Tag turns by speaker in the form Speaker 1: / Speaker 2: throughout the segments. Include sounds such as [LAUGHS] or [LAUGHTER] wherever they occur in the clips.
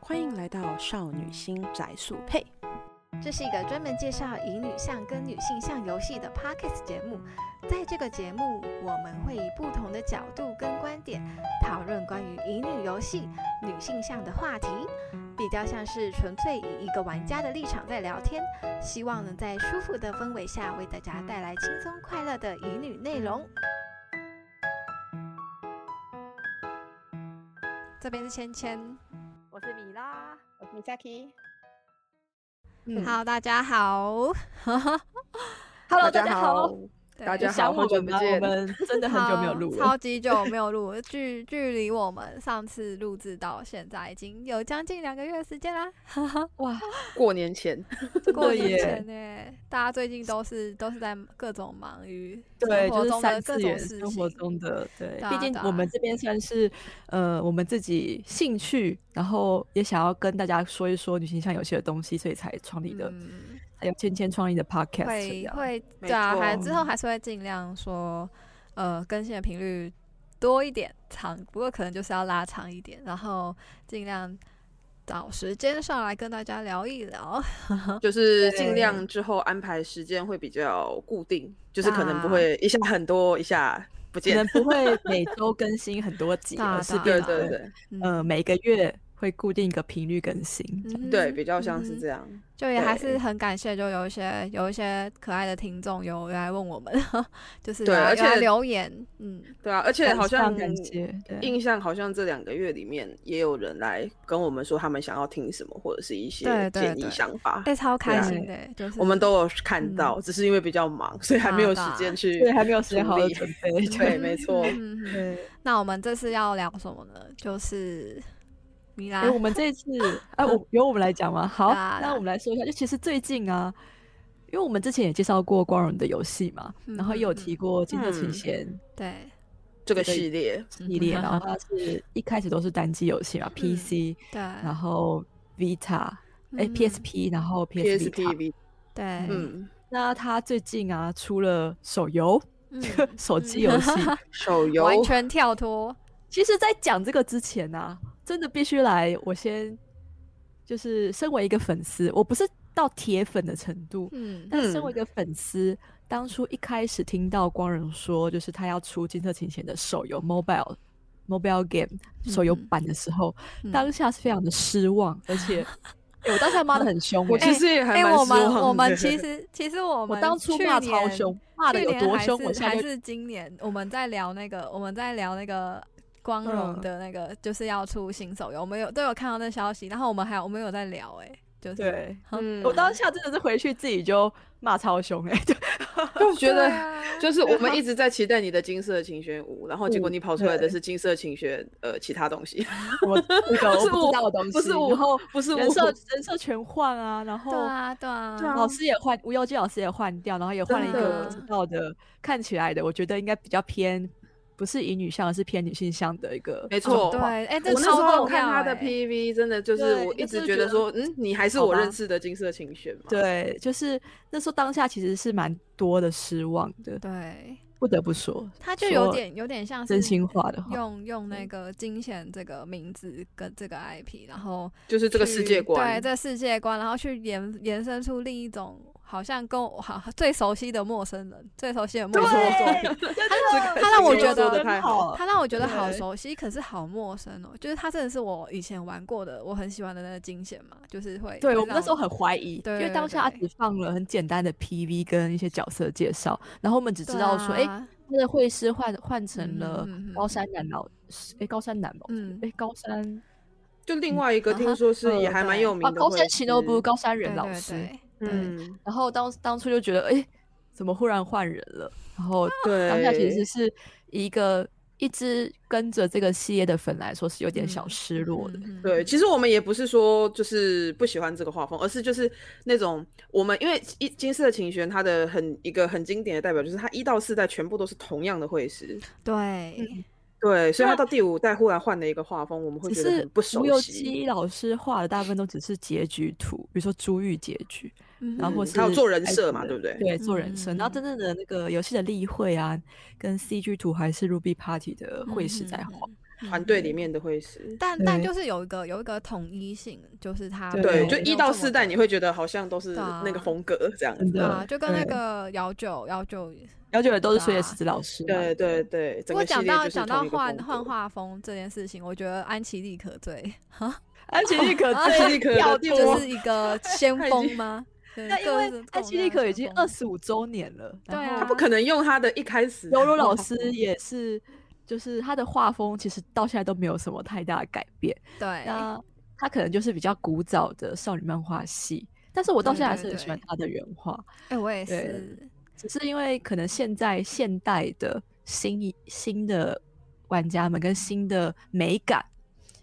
Speaker 1: 欢迎来到少女心宅速配。
Speaker 2: 这是一个专门介绍以女向跟女性向游戏的 Podcast 节目。在这个节目，我们会以不同的角度跟观点，讨论关于乙女游戏、女性向的话题，比较像是纯粹以一个玩家的立场在聊天。希望能在舒服的氛围下，为大家带来轻松快乐的乙女内容。这边是芊芊，
Speaker 3: 我是米拉，
Speaker 4: 我是 Misaki。
Speaker 1: 嗯
Speaker 2: 好，大家好。
Speaker 3: Hello，
Speaker 4: 大
Speaker 3: 大
Speaker 4: 家
Speaker 3: 家
Speaker 4: 好
Speaker 3: 好，，
Speaker 2: 对
Speaker 4: 大家
Speaker 3: 想
Speaker 4: 好
Speaker 3: 我
Speaker 4: 好久
Speaker 3: 们
Speaker 4: 不
Speaker 3: 吗？我
Speaker 4: 见
Speaker 3: 们真的很久没有录
Speaker 2: 超
Speaker 3: 了
Speaker 2: [LAUGHS] 超。级久没有录了， [LAUGHS] 距距离我们上次录制到现在已经有将近两个月的时间啦。
Speaker 4: 哇，过年前，
Speaker 2: 过年
Speaker 3: 耶
Speaker 2: 前呢，大家最近都是都是在各种忙于
Speaker 3: 对，
Speaker 2: 生活
Speaker 3: 就是
Speaker 2: 中的
Speaker 3: 三
Speaker 2: 各
Speaker 3: 次
Speaker 2: 种
Speaker 3: 元
Speaker 2: 事
Speaker 3: 生活
Speaker 2: 情。
Speaker 3: 中的对，
Speaker 2: 对啊
Speaker 3: 毕竟
Speaker 2: 对
Speaker 3: 我
Speaker 2: 啊
Speaker 3: 们这边算是呃我们自己兴趣，然后也想要跟大家说一说女性向游戏的东西，所以才创立的，
Speaker 2: 嗯，
Speaker 3: 还有芊芊创立的 podcast 这
Speaker 2: 会
Speaker 3: 样
Speaker 2: 会
Speaker 4: 没
Speaker 2: 对啊，还
Speaker 4: 错
Speaker 2: 之后还是会尽量说，呃，更新的频率多一点，长，不过可能就是要拉长一点，然后尽量找时间上来跟大家聊一聊。
Speaker 4: 就是尽
Speaker 3: 对
Speaker 4: 量之后安排时间会比较固定，就是可能不
Speaker 2: 啊
Speaker 4: 会一下很多，一下不
Speaker 3: 可
Speaker 4: 见
Speaker 3: 能。不会每周更新很多
Speaker 2: [LAUGHS]
Speaker 3: 集，
Speaker 2: 大
Speaker 3: 而是
Speaker 2: 大
Speaker 3: 变
Speaker 4: 对
Speaker 2: 啊
Speaker 3: 成
Speaker 4: 对对
Speaker 2: 嗯
Speaker 3: 呃每个月会固定一个频率更新。
Speaker 2: 嗯
Speaker 4: 对，
Speaker 2: 哼
Speaker 4: 比较像是
Speaker 2: 嗯哼
Speaker 4: 这样。
Speaker 2: 就也还
Speaker 4: 对
Speaker 2: 是很感谢，就有一些有一些可爱的听众有来问我们， [LAUGHS] 就是
Speaker 4: 对
Speaker 2: 有来
Speaker 4: 而
Speaker 2: 有来
Speaker 4: 且
Speaker 2: 留言，嗯，
Speaker 4: 对啊，而且
Speaker 3: 感
Speaker 4: 好像
Speaker 3: 感谢，对，
Speaker 4: 印象好像这两个月里面也有人来跟我们说他们想要听什么，或者是一些
Speaker 2: 对对
Speaker 4: 建议
Speaker 2: 对
Speaker 4: 想法。
Speaker 2: 哎、超开
Speaker 4: 啊
Speaker 2: 心的、就是
Speaker 4: 我们都有看
Speaker 2: 嗯啊
Speaker 4: 到，只是因为比较忙，所以还没有时
Speaker 2: 大大
Speaker 4: 间去。
Speaker 3: 对还没有时间
Speaker 4: 处
Speaker 3: 好好
Speaker 4: 理
Speaker 3: 准备，
Speaker 4: 对，没错。
Speaker 2: 嗯嗯嗯
Speaker 3: 对。
Speaker 2: 那我们这次要聊什么呢？就是米拉
Speaker 3: 哎、，我们这一次，哎、我由我们来讲吗？好，
Speaker 2: 啊
Speaker 3: 那我们来说一下，就其实最近啊，因为我们之前也介绍过《光荣的游戏》嘛，然后也有提过《金色琴
Speaker 4: 嗯
Speaker 3: 弦
Speaker 2: 对
Speaker 4: 这个
Speaker 3: 这个
Speaker 4: 系列，》
Speaker 3: 系列，然后它是一开始都是单机游戏嘛，PC，、
Speaker 2: 对，
Speaker 3: 然后 Vita，哎、
Speaker 2: 嗯
Speaker 3: PSP，然后 PS
Speaker 4: PSP
Speaker 3: Vita。
Speaker 4: V，
Speaker 2: 对，
Speaker 4: 嗯，
Speaker 3: 那它最近啊出了手游，
Speaker 2: 嗯
Speaker 3: [LAUGHS] 手机游戏。
Speaker 4: 手游
Speaker 2: 完全跳脱，
Speaker 3: 其实，在讲这个之前呢、啊，真的必须来，我先就是身为一个粉丝，我不是到铁粉的程度，
Speaker 2: 嗯
Speaker 3: 但身为
Speaker 4: 嗯
Speaker 3: 一个粉丝，当初一开始听到光仁说，就是他要出《金色琴弦》的手游 mobile mobile game 手游
Speaker 2: 嗯哼
Speaker 3: 版的时候，
Speaker 2: 嗯
Speaker 3: 当下是非常的失望，而 [LAUGHS] 且、欸我当下骂的很凶、
Speaker 4: 我
Speaker 3: 欸，
Speaker 4: 其实也 [LAUGHS] 还
Speaker 2: 哎、
Speaker 4: 蛮
Speaker 2: 我
Speaker 4: 失望
Speaker 2: 们
Speaker 4: 的。
Speaker 2: 我们其实其实我
Speaker 3: 我
Speaker 2: 们
Speaker 3: 当初
Speaker 2: 去
Speaker 3: 骂超
Speaker 2: 年
Speaker 3: 凶，骂的
Speaker 2: 去
Speaker 3: 有
Speaker 2: 年
Speaker 3: 多
Speaker 2: 还
Speaker 3: 凶，
Speaker 2: 是
Speaker 3: 我现在
Speaker 2: 还
Speaker 3: 就是
Speaker 2: 今年我们在聊那个，我们在聊那个光荣
Speaker 3: 嗯
Speaker 2: 的那个，就是要出新手游，我们有都有看到那消息，然后我们还有我们有在聊、欸，哎，就是
Speaker 3: 对。
Speaker 4: 嗯
Speaker 3: 我当下真的是回去自己就骂超凶哎、欸， [LAUGHS] 就
Speaker 4: 就觉
Speaker 2: 对
Speaker 4: 得
Speaker 2: 啊
Speaker 4: 就是我们一直在期待你的金色琴弦五，然后结果
Speaker 3: 五
Speaker 4: 你跑出来的
Speaker 3: 对
Speaker 4: 是金色琴弦呃其他东西，
Speaker 3: 我那个我
Speaker 4: 是
Speaker 3: 不
Speaker 4: 我
Speaker 3: 知道的东西，
Speaker 4: 不是我
Speaker 3: 然后
Speaker 4: 不是
Speaker 3: 人
Speaker 4: 我。
Speaker 3: 设人设全换啊，然后
Speaker 2: 对啊对啊，
Speaker 4: 对啊
Speaker 3: 老师也换，吴游基老师也换掉，然后也换了一个我知道的，看起来的，我觉得应该比较偏，不是以女向，而是偏女性向的一个。
Speaker 4: 没
Speaker 2: 哦
Speaker 4: 错
Speaker 2: 对，哎、这
Speaker 4: 我那时
Speaker 2: 超
Speaker 4: 候
Speaker 2: 重
Speaker 4: 看
Speaker 2: 要
Speaker 4: 他的
Speaker 2: 欸
Speaker 4: PV，真的就是
Speaker 3: 对
Speaker 4: 我
Speaker 3: 就
Speaker 4: 一直
Speaker 3: 是
Speaker 4: 觉
Speaker 3: 觉
Speaker 4: 得
Speaker 3: 得
Speaker 4: 说，嗯，你还是
Speaker 3: 好
Speaker 4: 我
Speaker 3: 吧
Speaker 4: 认识的金色琴弦嘛？，
Speaker 3: 对，就是那时候当下其实是蛮多的失望的，
Speaker 2: 对，
Speaker 3: 不得不说，
Speaker 2: 他就有
Speaker 3: 说
Speaker 2: 点有点像是
Speaker 3: 真心话的话，
Speaker 2: 用用
Speaker 4: 嗯
Speaker 2: 那个金钱这个名字跟这个 IP，然后
Speaker 4: 就是这个世
Speaker 2: 去
Speaker 4: 界
Speaker 2: 对，
Speaker 4: 观
Speaker 2: 这世界观，然后去延延伸出另一种好像跟我好最熟悉的陌生人，最熟悉的陌
Speaker 4: 没
Speaker 2: 生
Speaker 4: 错
Speaker 2: 人作
Speaker 4: 对
Speaker 2: 品，
Speaker 4: 这个
Speaker 2: 他让我
Speaker 4: 形容
Speaker 2: 觉得
Speaker 4: 说得太好了，
Speaker 2: 它让我觉得好
Speaker 3: 对
Speaker 2: 熟悉，可是好陌生哦。就是它真的是我以前玩过的，我很喜欢的那个惊险嘛，就是会
Speaker 3: 对
Speaker 2: 会
Speaker 3: 我们那
Speaker 2: 让
Speaker 3: 时候很怀疑，
Speaker 2: 对
Speaker 3: 因为当下他
Speaker 2: 对
Speaker 3: 只放了很简单的 PV 跟一些角色介绍，然后我们只知道说，哎、
Speaker 2: 对啊
Speaker 3: 他的会师换换成了
Speaker 2: 嗯嗯嗯
Speaker 3: 高山男老师，哎、高山男老师
Speaker 2: 嗯，
Speaker 3: 哎、高山
Speaker 4: 就另外一个
Speaker 2: 啊哈
Speaker 4: 听说是也
Speaker 2: 嗯
Speaker 4: 还蛮
Speaker 2: 对
Speaker 4: 有名
Speaker 3: 啊，
Speaker 4: 的
Speaker 3: 高
Speaker 4: 会
Speaker 3: 山
Speaker 4: 师，
Speaker 3: 奇诺布，高山
Speaker 2: 对
Speaker 3: 人老
Speaker 2: 对
Speaker 3: 师，
Speaker 2: 对对
Speaker 4: 嗯，
Speaker 3: 然后当当初就觉得，哎、怎么忽然换人了？然后
Speaker 4: 对，
Speaker 3: 当下其实是一个一直跟着这个系列的粉来说是有点小
Speaker 2: 嗯
Speaker 3: 失落的，
Speaker 2: 嗯嗯
Speaker 4: 对，其实我们也不是说就是不喜欢这个画风，而是就是那种我们因为一金色琴弦它的很一个很经典的代表就是它一到四代全部都是同样的绘师，
Speaker 2: 对，
Speaker 4: 对，所以它到第五代忽然换了一个画风，我们会
Speaker 3: 只
Speaker 4: 觉得
Speaker 3: 是
Speaker 4: 很不熟
Speaker 3: 吴有
Speaker 4: 悉。嗯
Speaker 3: 基老师画的大部分都只是结局图，比如说珠玉结局，
Speaker 2: 嗯
Speaker 3: 然后或
Speaker 4: 嗯
Speaker 3: 是
Speaker 4: 还有做人
Speaker 3: 开
Speaker 4: 设
Speaker 3: 始
Speaker 4: 嘛
Speaker 3: 的
Speaker 4: 对不对
Speaker 3: 对，做
Speaker 2: 嗯
Speaker 3: 人设。然后真正的那个游戏的例会啊，跟 CG 图还是 Ruby Party 的绘师在画。
Speaker 2: 嗯
Speaker 4: 团队里面的会师。
Speaker 2: 但但
Speaker 3: 对
Speaker 2: 就是有一个有一个统一性，就是它
Speaker 3: 对
Speaker 4: 对，
Speaker 3: 哦
Speaker 4: 就
Speaker 2: 没有
Speaker 4: 一到
Speaker 2: 这么
Speaker 4: 四代，
Speaker 2: 的
Speaker 4: 你会觉得好像都是那个风格这样
Speaker 3: 真
Speaker 4: 子。
Speaker 3: 的
Speaker 2: 啊，就跟那
Speaker 3: 对
Speaker 2: 个姚九姚九
Speaker 3: 了解的都是
Speaker 2: 对
Speaker 3: 水野
Speaker 2: 啊
Speaker 3: 石子老师嘛。
Speaker 4: 对对对，
Speaker 2: 不过
Speaker 4: 整个系
Speaker 2: 讲
Speaker 4: 列就
Speaker 2: 到
Speaker 4: 是
Speaker 2: 讲到
Speaker 4: 同一个
Speaker 2: 换
Speaker 4: 风
Speaker 2: 换
Speaker 4: 格，
Speaker 2: 画风这件事情，我觉得安琪丽可醉，
Speaker 3: 安琪丽可
Speaker 2: 啊
Speaker 4: 安琪丽可
Speaker 3: [LAUGHS] 要
Speaker 4: 对
Speaker 2: 就
Speaker 4: 我
Speaker 2: 是一个先
Speaker 3: [LAUGHS]
Speaker 4: 他已
Speaker 2: 锋
Speaker 4: 经
Speaker 2: 吗？对
Speaker 3: 那因
Speaker 2: 各
Speaker 3: 为
Speaker 2: 自动
Speaker 3: 安琪丽
Speaker 2: 量
Speaker 3: 可
Speaker 2: 先
Speaker 3: 已经
Speaker 2: 锋
Speaker 3: 二十五周年了，然
Speaker 2: 对
Speaker 3: 后
Speaker 2: 啊
Speaker 4: 他不可能用他的一开始。
Speaker 3: 柔柔老师也是，就是他的画风其实到现在都没有什么太大的改变。
Speaker 2: 对，
Speaker 3: 那他可能就是比较古早的少女漫画系，但是我到
Speaker 2: 对
Speaker 3: 现在还
Speaker 2: 对
Speaker 3: 是很喜欢
Speaker 2: 对
Speaker 3: 他的原画，
Speaker 2: 哎，我也
Speaker 3: 对
Speaker 2: 是，
Speaker 3: 只是因为可能现在现代的新一新的玩家们跟新的美感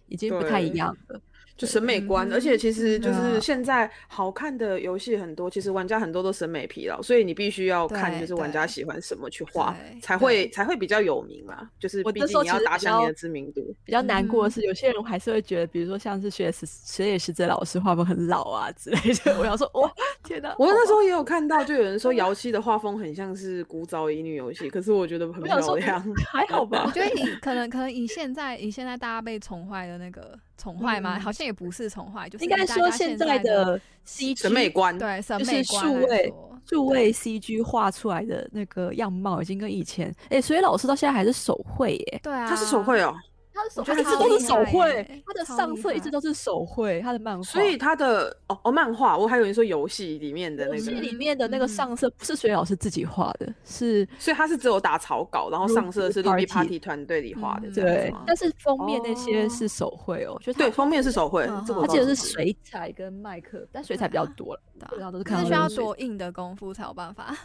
Speaker 3: 已经不太一
Speaker 4: 对
Speaker 3: 样了。
Speaker 4: 就审美观，而且其实就
Speaker 3: 对啊
Speaker 4: 是现在好看的游戏很多，其实玩家很多都审美疲劳，所以你必须要看
Speaker 2: 对
Speaker 4: 就是玩家
Speaker 2: 对
Speaker 4: 喜欢什么去画
Speaker 2: 对，
Speaker 4: 才会才会比较有名啦。就是
Speaker 3: 我
Speaker 4: 毕
Speaker 3: 那时
Speaker 4: 竟
Speaker 3: 候
Speaker 4: 你
Speaker 3: 其
Speaker 4: 要
Speaker 3: 实
Speaker 4: 打
Speaker 3: 比
Speaker 4: 响你
Speaker 3: 较
Speaker 4: 的知名度。
Speaker 3: 比较难过的
Speaker 2: 嗯
Speaker 3: 是，有些人还是会觉得，比如说像是学石学野石子老师画风很老啊之类的。 [LAUGHS] 我要说，哇，天哪！
Speaker 4: [LAUGHS] 我
Speaker 3: 好
Speaker 4: 那时
Speaker 3: 吧
Speaker 4: 候也有看到，就有人 [LAUGHS] 说姚七的画风很像是古早乙女游戏，可是我觉得很
Speaker 3: 我想
Speaker 4: 漂
Speaker 3: 说
Speaker 4: [LAUGHS] 亮。
Speaker 3: [LAUGHS] 还好吧
Speaker 2: 我觉得以可能可能以现在以现在大家被宠坏的那个宠坏嘛，
Speaker 3: 嗯
Speaker 2: 好像也不是宠坏，就是
Speaker 3: 应
Speaker 2: 以
Speaker 3: 该
Speaker 2: 大
Speaker 3: 说
Speaker 2: 家
Speaker 3: 现
Speaker 2: 在
Speaker 3: 在的
Speaker 4: 审美
Speaker 3: CG
Speaker 4: 观，
Speaker 2: 对审
Speaker 3: 就是
Speaker 2: 美观
Speaker 3: 数
Speaker 2: 来
Speaker 3: 位
Speaker 2: 说
Speaker 3: 数位 CG 画出来的那个样貌，已经跟以前哎、所以老师到现在还是手绘耶、
Speaker 2: 对啊，
Speaker 4: 他是手绘哦，
Speaker 3: 他的手
Speaker 2: 我觉
Speaker 3: 绘
Speaker 2: 得
Speaker 3: 一直
Speaker 2: 超
Speaker 3: 都
Speaker 2: 厉
Speaker 3: 是手
Speaker 2: 害
Speaker 3: 绘
Speaker 2: 耶，
Speaker 3: 他的
Speaker 2: 超
Speaker 3: 上
Speaker 2: 厉
Speaker 3: 色一直
Speaker 2: 害
Speaker 3: 都是手绘，他的漫画。
Speaker 4: 所以他的哦哦漫画，我还有人说游戏里面的
Speaker 3: 游
Speaker 4: 那
Speaker 3: 戏
Speaker 4: 个，
Speaker 3: 里面的那个
Speaker 2: 嗯
Speaker 3: 上色不是水野老师自己画的，是
Speaker 4: 所以他是只有打草稿，然后上色是
Speaker 3: Ruby Party
Speaker 4: Ruby Party 团队里画的
Speaker 2: 嗯
Speaker 4: 这样
Speaker 3: 对
Speaker 4: 子吗，
Speaker 3: 但是封面那些
Speaker 4: 哦
Speaker 3: 是手绘哦，就
Speaker 4: 对，封面是手绘
Speaker 2: 嗯，
Speaker 4: 这个
Speaker 3: 他
Speaker 4: 我
Speaker 3: 记
Speaker 4: 记
Speaker 3: 得
Speaker 4: 得
Speaker 3: 是水彩跟麦克，但水彩比较多了，
Speaker 2: 对啊
Speaker 3: 基本上都
Speaker 2: 就
Speaker 3: 是
Speaker 2: 是
Speaker 3: 看到
Speaker 2: 需要
Speaker 3: 水
Speaker 2: 多硬的功夫才有办法，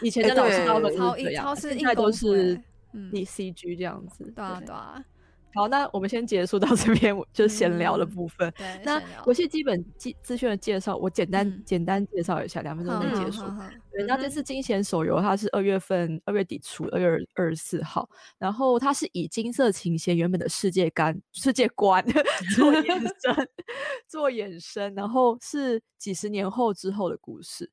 Speaker 3: 以前
Speaker 4: 哎
Speaker 3: 的老师
Speaker 4: 对
Speaker 3: 他们
Speaker 2: 超
Speaker 3: 是这
Speaker 2: 硬
Speaker 3: 样
Speaker 2: 超
Speaker 3: 的
Speaker 2: 是
Speaker 3: 现
Speaker 2: 硬
Speaker 3: 在
Speaker 2: 功
Speaker 3: 都
Speaker 2: 夫
Speaker 3: 是
Speaker 2: 欸。嗯，
Speaker 3: 你 CG 这样子。
Speaker 2: 对啊对啊，
Speaker 3: 好，那我们先结束到这边，我就闲聊的
Speaker 2: 嗯
Speaker 3: 部分。
Speaker 2: 对。
Speaker 3: 那
Speaker 2: 闲聊
Speaker 3: 游戏基本资资讯的介绍，我简单、
Speaker 2: 嗯
Speaker 3: 简单介绍一下，两分钟内
Speaker 2: 哼
Speaker 3: 结
Speaker 2: 哼
Speaker 3: 束。
Speaker 2: 哼嗯哼
Speaker 3: 对，那这次金钱手游它是二月份二月底出，二月二十四号，然后它是以金色琴弦原本的世界观世界观做延伸， [LAUGHS] 做延伸，然后是几十年后之后的故事。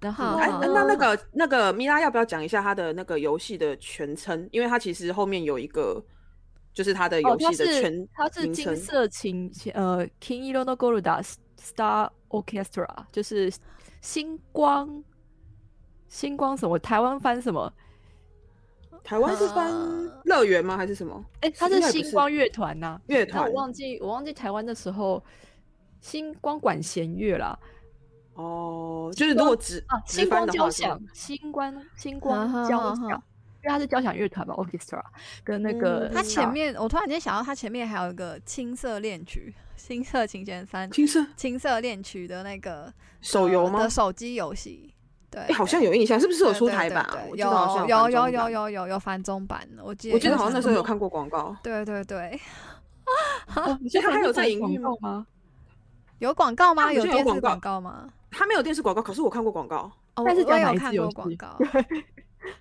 Speaker 3: 然后
Speaker 2: 好
Speaker 4: 哎，
Speaker 2: 好
Speaker 4: 那
Speaker 3: 嗯
Speaker 4: 那个那个米拉要不要讲一下他的那个游戏的全称？因为他其实后面有一个，就是他的
Speaker 3: 哦，
Speaker 4: 游
Speaker 3: 它
Speaker 4: 戏的
Speaker 3: 是
Speaker 4: 全
Speaker 3: 它是
Speaker 4: 名
Speaker 3: 金
Speaker 4: 称。
Speaker 3: 色琴弦呃 King i r o n o g o r u d a Star Orchestra，就是星光星光什么台湾翻什么？
Speaker 4: 台湾是翻
Speaker 2: 呃
Speaker 4: 乐园吗？还是什么
Speaker 3: 哎、它是
Speaker 4: 应该不
Speaker 3: 星
Speaker 4: 是
Speaker 3: 光乐团呐、
Speaker 4: 乐
Speaker 3: 但
Speaker 4: 团
Speaker 3: 我？忘记我忘记台湾那时候星光管弦乐啦
Speaker 4: 哦，就是如果直
Speaker 3: 啊，
Speaker 4: 直
Speaker 3: 星
Speaker 4: 翻
Speaker 3: 光
Speaker 4: 的
Speaker 3: 交
Speaker 4: 话是吗啊
Speaker 3: 响，星光星光
Speaker 2: 哈
Speaker 3: 交
Speaker 2: 哈
Speaker 3: 响，
Speaker 2: 哈
Speaker 3: 因为它是交响乐团嘛，orchestra 跟那
Speaker 4: 嗯
Speaker 3: 个
Speaker 2: 他前
Speaker 3: star
Speaker 2: 面，我突然间想到，他前面还有一个青色恋曲，青色情弦三，
Speaker 3: [LAUGHS]
Speaker 4: 金色
Speaker 2: 青色恋曲的那个
Speaker 4: 手游吗
Speaker 2: 的？手机游戏，对，
Speaker 4: 哎，好像有印象，是不是有
Speaker 2: 对
Speaker 4: 出
Speaker 2: 对
Speaker 4: 台
Speaker 2: 对
Speaker 4: 版啊？
Speaker 2: 对
Speaker 4: 我记得好像
Speaker 2: 有
Speaker 4: 有
Speaker 2: 有
Speaker 4: 繁中
Speaker 2: 有
Speaker 4: 版，
Speaker 2: 有有有繁中版，我记得，
Speaker 4: 我记得好像那时候有，看过广告。
Speaker 2: 对对对，
Speaker 3: 哦你说
Speaker 4: 它
Speaker 3: 它
Speaker 4: 还有
Speaker 3: 有
Speaker 4: 在
Speaker 3: 在
Speaker 4: 营
Speaker 3: 广
Speaker 4: 运
Speaker 3: 告吗？
Speaker 2: 有广告
Speaker 4: 啊
Speaker 2: 吗？
Speaker 4: 我
Speaker 2: 有
Speaker 4: 记得有
Speaker 2: 电视
Speaker 4: 广告
Speaker 2: 广告吗？
Speaker 4: 他没有电视广告，可是我看过广告。
Speaker 2: 哦，
Speaker 3: 但是
Speaker 2: 我
Speaker 3: 讲
Speaker 2: 也
Speaker 3: 哪
Speaker 2: 有
Speaker 3: 一
Speaker 2: 看
Speaker 3: 支游
Speaker 2: 过
Speaker 3: 戏
Speaker 2: 广
Speaker 4: [LAUGHS]
Speaker 2: 告，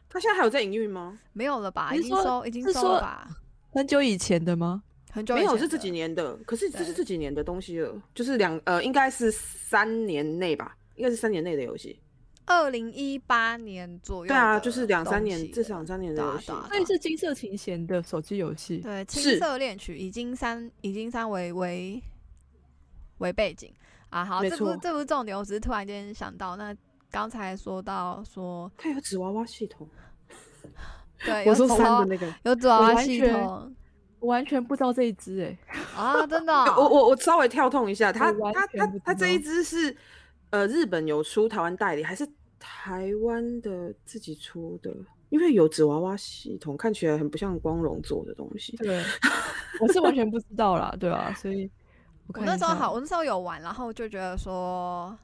Speaker 4: 他现在还有在营运吗？
Speaker 2: 没有了吧？
Speaker 3: 你
Speaker 2: 已
Speaker 3: 是
Speaker 2: 经
Speaker 3: 说
Speaker 2: 收，已经
Speaker 3: 是
Speaker 2: 收了
Speaker 3: 说
Speaker 2: 吧？
Speaker 3: 很久以前的吗？
Speaker 2: 很久以
Speaker 4: 没有，
Speaker 2: 前
Speaker 4: 是这
Speaker 2: 的
Speaker 4: 几年的。可是这
Speaker 2: 对
Speaker 4: 是这几年的东西了，就是两呃，应该是三年内吧，应该是三年内的游戏。
Speaker 2: 二零一八年左右的
Speaker 4: 对
Speaker 2: 东西了，
Speaker 4: 啊，就是两三年，至少两三年的
Speaker 2: 对啊
Speaker 4: 游戏
Speaker 2: 对。啊
Speaker 3: 所以是金色琴弦的手机游戏。
Speaker 2: 对，青
Speaker 4: 是
Speaker 2: 色恋曲以金山以金山为为为背景啊。好，
Speaker 4: 没
Speaker 2: 这不是
Speaker 4: 错
Speaker 2: 这不是重点，我只是突然间想到，那刚才说到说，
Speaker 4: 它有纸娃娃系统，
Speaker 2: 对，有
Speaker 4: 我说
Speaker 2: 纸
Speaker 4: 三
Speaker 2: 娃
Speaker 4: 的那个。
Speaker 2: 有纸娃娃
Speaker 3: 完
Speaker 2: 系
Speaker 3: 全
Speaker 2: 统
Speaker 3: 我完全不知道这一支哎、
Speaker 2: 啊，
Speaker 4: [LAUGHS]
Speaker 2: 真的
Speaker 4: 哎
Speaker 2: 哦、
Speaker 4: 我我我稍微跳痛一下，它
Speaker 3: 我完
Speaker 4: 它
Speaker 3: 全
Speaker 4: 它
Speaker 3: 不知
Speaker 4: 它这
Speaker 3: 道
Speaker 4: 一支是呃日本有出，台湾代理还是台湾的自己出的？因为有纸娃娃系统，看起来很不像光荣做的东西。
Speaker 3: 对， [LAUGHS] 我是完全不知道啦，对啊，
Speaker 2: [LAUGHS]
Speaker 3: 所以我
Speaker 2: 我
Speaker 3: 看
Speaker 2: 那
Speaker 3: 一
Speaker 2: 时候
Speaker 3: 下
Speaker 2: 好，我那时候有玩，然后就觉得说，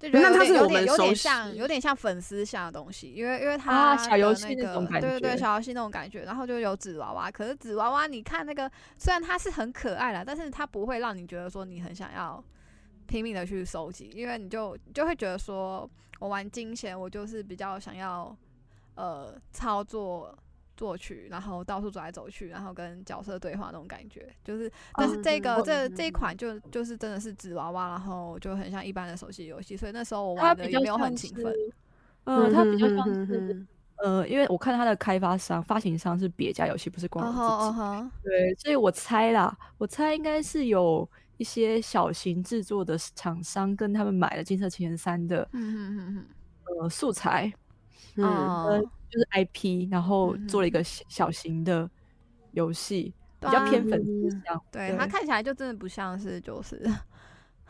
Speaker 2: 就觉得
Speaker 4: 那
Speaker 2: 有
Speaker 4: 它
Speaker 2: 点
Speaker 4: 是
Speaker 2: 有
Speaker 4: 我
Speaker 2: 点
Speaker 4: 们
Speaker 2: 有点
Speaker 4: 熟
Speaker 2: 像
Speaker 4: 悉
Speaker 2: 有点像粉丝向的东西，因为因为它、
Speaker 3: 啊小游戏
Speaker 2: 那
Speaker 3: 那种
Speaker 2: 个
Speaker 3: 感
Speaker 2: 对对对，
Speaker 3: 觉
Speaker 2: 小游戏那种感觉，然后就有纸娃娃，可是纸娃娃你看那个虽然它是很可爱啦，但是它不会让你觉得说你很想要拼命的去收集，因为你就你就会觉得说我玩金弦，我就是比较想要呃操作作曲，然后到处走来走去，然后跟角色对话那种感觉，就是但是这
Speaker 4: 嗯
Speaker 2: 个、
Speaker 4: 我
Speaker 2: 这
Speaker 4: 嗯
Speaker 2: 这一款就就是真的是纸娃娃，然后就很像一般的手机游戏，所以那时候我
Speaker 3: 它
Speaker 2: 玩的
Speaker 3: 比
Speaker 2: 也
Speaker 3: 较
Speaker 2: 没有很
Speaker 3: 像
Speaker 2: 勤奋
Speaker 3: 是，，嗯，它比较像
Speaker 4: 嗯哼哼
Speaker 3: 是
Speaker 4: 哼
Speaker 3: 呃，因为我看它的开发商、发行商是别家游戏，不是光我
Speaker 2: 哦
Speaker 3: 自
Speaker 2: 吼
Speaker 3: 己。
Speaker 2: 哦
Speaker 3: [LAUGHS]
Speaker 2: 吼，
Speaker 3: 对，所以我猜啦，我猜应该是有一些小型制作的厂商跟他们买了《金色情人三》的
Speaker 2: 嗯嗯
Speaker 3: 呃素材，
Speaker 2: 嗯嗯，哦，
Speaker 3: 就是 IP，然后做了一
Speaker 2: 嗯
Speaker 3: 个小小型的游戏，
Speaker 2: 对
Speaker 3: 比较
Speaker 2: 啊
Speaker 3: 偏粉丝向。
Speaker 2: 对它
Speaker 3: 对
Speaker 2: 看起来就真的不像是就是， [LAUGHS]